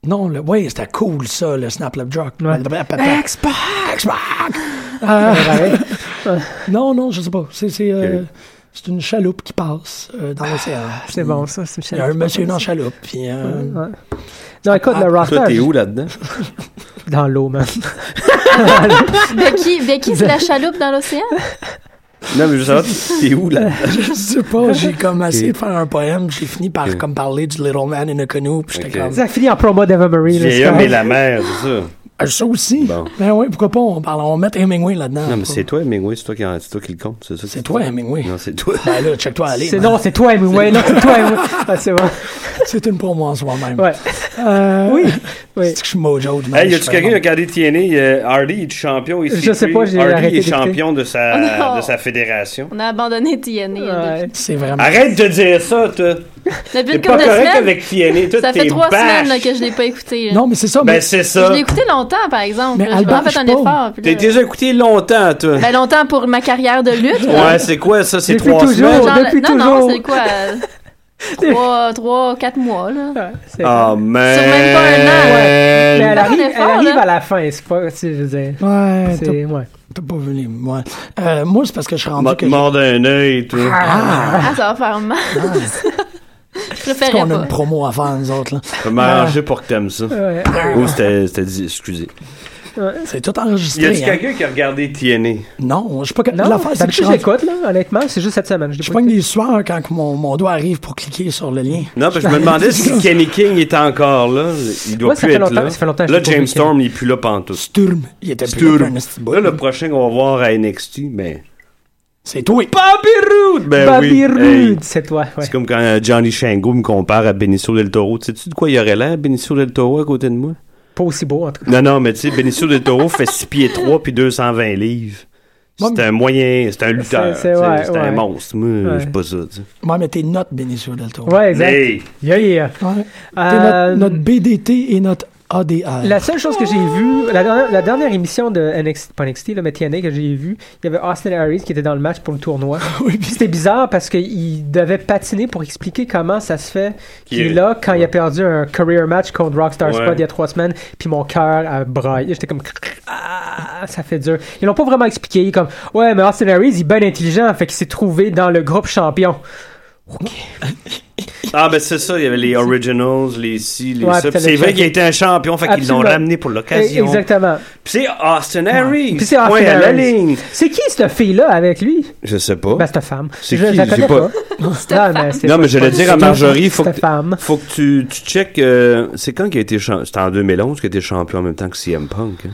Non, le, ouais, c'était cool ça, le snap lap drop.
Ouais. Ah.
Xbox! Euh, non, non, je sais pas. C'est c'est, euh,
Ok.
c'est une chaloupe qui passe euh, dans l'océan.
Ah, C'est bon, ça. c'est
Il y a un monsieur dans la chaloupe. Puis, euh,
Ouais. Non, écoute, le
Ah, Toi,
roster,
t'es où là-dedans?
dans l'eau, man.
Becky, Becky c'est la chaloupe dans l'océan.
non, mais je veux savoir, t'es où là-dedans?
Je sais pas, j'ai comme essayé
Ok.
de faire un poème, j'ai fini par
Ok.
comme parler du Little Man in a Canoe, puis j'étais
Ok.
comme...
Ça finit en promo d'Eva Marie. là,
Vieil
c'est
homme et
correct.
la mère, c'est ça.
Ah, Ça aussi?
Bon.
Ben oui, pourquoi pas, on, parle, on va mettre Hemingway là-dedans.
Non, mais c'est toi, Hemingway, c'est toi qui, en- c'est toi qui le compte, c'est ça?
C'est toi, Hemingway.
Non, c'est toi.
Ben là, check-toi aller.
C'est-
man.
Non, c'est toi, Hemingway. Non, c'est toi, Hemingway. Ah, c'est bon.
C'est une promo en soi-même.
Ouais.
Euh,
Oui.
C'est
Oui.
que je suis mojo. de
Hey, y
je
a-tu
fais
quelqu'un qui a
bon.
regardé TNA? euh, Hardy est champion ici.
Je sais pas, j'ai
Hardy
arrêté
est
d'écouter.
champion de
Oh
sa,
non.
de sa fédération.
On a abandonné TNA. là,
Ouais.
depuis-
C'est vraiment...
Arrête de dire ça, toi.
Depuis
T'es
une couple
pas
de
correct
semaines.
avec TNA. Toi,
Ça fait
t'es
trois
bâche.
semaines là, que je l'ai pas écouté. là.
Non, mais c'est ça, mais...
Ben, c'est
Je
ça.
l'ai écouté longtemps, par exemple.
Mais
là. J'ai
elle
vraiment fait un
bâche pas.
effort. puis là-
T'es déjà écouté longtemps, toi.
Ben, longtemps pour ma carrière de lutte. là.
Ouais, c'est quoi ça? C'est
Depuis
trois
toujours.
semaines?
Genre,
depuis
non, non,
toujours.
c'est quoi? euh, trois, trois, quatre mois, là.
Ouais, c'est-
Ah, man.
Sur même pas un an,
Mais elle
Faire un
arrive, elle
effort,
arrive
là.
à la fin, c'est pas. c'est- Je veux dire,
Ouais, t'as-
c'est. Ouais.
t'as pas vu les... Moi, euh, moi c'est parce que je suis rendu
Mort-
que... je-
Mort d'un œil, toi.
Ah!
Ah, ça va faire mal. je
Est-ce
préférais
qu'on a une
pas.
promo à faire, nous autres, là?
Faut m'arranger pour que t'aimes ça.
Ah. Ouais.
Oh, c'était c'était dit, excusez.
C'est tout
Y a-tu
enregistré, hein?
quelqu'un qui a regardé TNA?
Non, je sais pas... que-
Non, ben,
L'affaire, c'est que je suis
d'habitude,
rendu-
j'écoute, là, honnêtement, c'est juste cette semaine. Je
Je
l'ai pas
pogne des sueurs quand que mon, mon doigt arrive pour cliquer sur le lien.
Non, parce que je me demandais si Kenny King était encore là. Il doit
Ouais, ça
plus
fait
être
longtemps-
là.
ça fait longtemps que je
là,
l'ai pas
James
vu,
Storm, il est plus là pantoute.
Sturm, il était plus là,
Sturm.
un esti de
Là, le
bout.
prochain qu'on va voir à NXT, ben.
C'est toi.
Bobby Roode! Ben
Bobby
oui. Hey,
Roode, c'est toi. Ouais.
C'est comme quand euh, Johnny Shango me compare à Benicio del Toro. Tu Sais-tu de quoi il aurait l'air, Benicio del Toro, à côté de moi?
Pas aussi beau, en tout cas.
Non, non, mais tu sais, Benicio del Toro fait 6 pieds 3 puis 220 livres.
Moi,
C'est un moyen, c'est un lutteur.
c'est-
tu sais,
ouais,
C'est un
ouais.
monstre. Moi,
Ouais.
je suis pas ça, tu sais.
Moi, mais t'es notre Benicio del Toro.
Ouais, exact.
Hey!
Yeah, yeah.
Ouais. T'es
Euh,
notre, notre BDT et notre ADR.
La seule chose que j'ai vue, la dernière, la dernière émission de NXT, pas NXT, là, mais TNA que j'ai vue, il y avait Austin Harris qui était dans le match pour le tournoi.
Oui,
Puis
puis-
C'était bizarre parce qu'il devait patiner pour expliquer comment ça se fait qu'il
Qui
est
est-
là quand il a perdu un career match contre Rockstar
Ouais.
Spot il y a trois semaines, puis mon cœur a braillé. J'étais comme ah, ça fait dur. Ils l'ont pas vraiment expliqué. Il est Comme ouais, mais Austin Harris, il est bien intelligent, fait qu'il s'est trouvé dans le groupe champion.
Ah, ben c'est ça, il y avait les Originals, les ci, les
Ouais,
ça.
puis
Puis c'est
le
vrai
Jack-
qu'il était un champion, fait qu'ils l'ont
Absolument.
ramené pour l'occasion.
Exactement.
Puis c'est Austin Harris.
Puis c'est Austin
Point à la
Harris.
ligne.
C'est qui cette fille là avec lui
Je sais pas.
Ben cette femme.
C'est
Je
qui?
la
J'ai
connais
pas-
Non mais c'est
non, mais
pas-
j'allais dire à
c'est-
Marjorie, faut
cette
que,
femme.
faut que tu, tu checkes. euh, c'est quand qu'il a été champion C'était en 2011 qu'il a été champion en même temps que CM Punk. hein.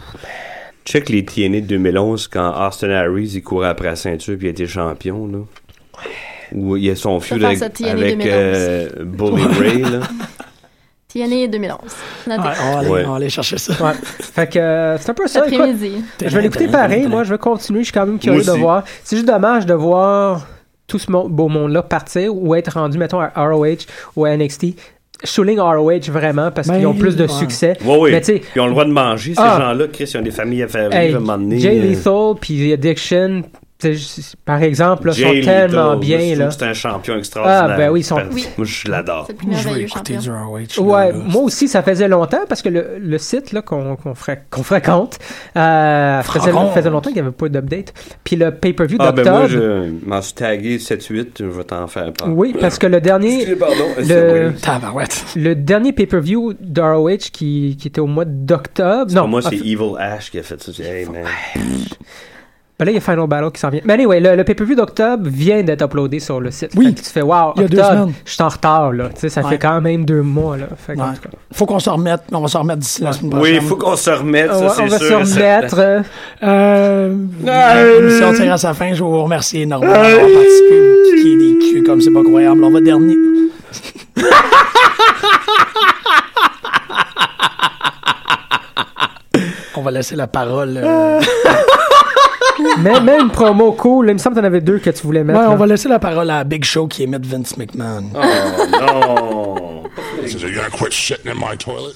Check les TNA de 2011 quand Austin Harris il courait après la ceinture puis il a été champion. Là. Où il y a son feud
faire
avec,
ça, TNA
avec
2011.
euh, Bully Ray. Là.
TNA 2011. Notez.
Ouais, on, va aller,
Ouais.
on va aller chercher ça.
Ouais. Fait que euh, c'est un peu ça. écoute.
Après-midi.
Je vais l'écouter pareil, moi je vais continuer, je suis quand même curieux
Moi
de
aussi.
voir. C'est juste dommage de voir tout ce mon- beau monde-là partir ou être rendu, mettons, à ROH ou à NXT. Je souligne ROH vraiment parce
Ben,
qu'ils ont plus de
ouais.
succès.
Ouais, ouais.
Mais tu sais,
Ils ont le droit de manger, ces
Ah.
gens-là. Chris, ils ont des familles à faire
hey,
vivre à un moment donné.
Jay
euh,
Lethal puis Addiction, tu sais, je- par exemple, là,
Jay
sont
Lethal,
tellement
moi, je
bien.
trouve
Là.
que C'est un champion extraordinaire.
Ah, ben oui, ils sont-
Parce-
Oui.
Moi, je l'adore.
C'est le plus
Je vais
merveilleux
écouter
champion.
du ROH.
Ouais,
là.
moi aussi, ça faisait longtemps parce que le, le site là, qu'on qu'on fré- qu'on fréquente euh, faisait,
Fréquente.
faisait longtemps qu'il n'y avait pas d'update. Puis le pay-per-view
Ah, ben moi,
d'octobre.
je m'en suis tagué 7-8. Je vais t'en faire part.
Oui, parce que le dernier,
Excusez, pardon.
le-
Tabarouette.
Le dernier pay-per-view d'ROH qui, qui était au mois d'octobre.
Non,
Non, ah,
moi,
en
c'est
fait-
Evil Ash qui a fait ça. C'est- Hey, man.
Ben là, il y a Final Battle qui s'en vient. Mais anyway, le, le pay-per-view d'octobre vient d'être uploadé sur le site.
Oui.
Fait que tu fais, wow,
Il y a deux
octobre,
semaines.
je suis en retard, là. Tu sais, ça
Ouais.
fait quand même deux mois, là. Fait que, en
Ouais.
tout cas.
Faut qu'on s'en remette. On va s'en remettre d'ici la semaine
Oui,
prochaine.
il faut qu'on se remette,
Ouais,
ça,
on
c'est
va
sûr.
se
et
remettre.
certain.
euh,
Euh,
Euh,
L'émission tire à sa fin. Je vous remercie énormément d'avoir participé. Vous piquez des culs comme c'est pas croyable. On va dernier. On va laisser la parole. euh,
mais, mais une promo cool. là. Il me semble que t'en avais deux que tu voulais mettre.
Ouais,
là.
on va laisser la parole à Big Show qui émite Vince McMahon.
Oh, non.
You're gonna quit shitting in my toilet?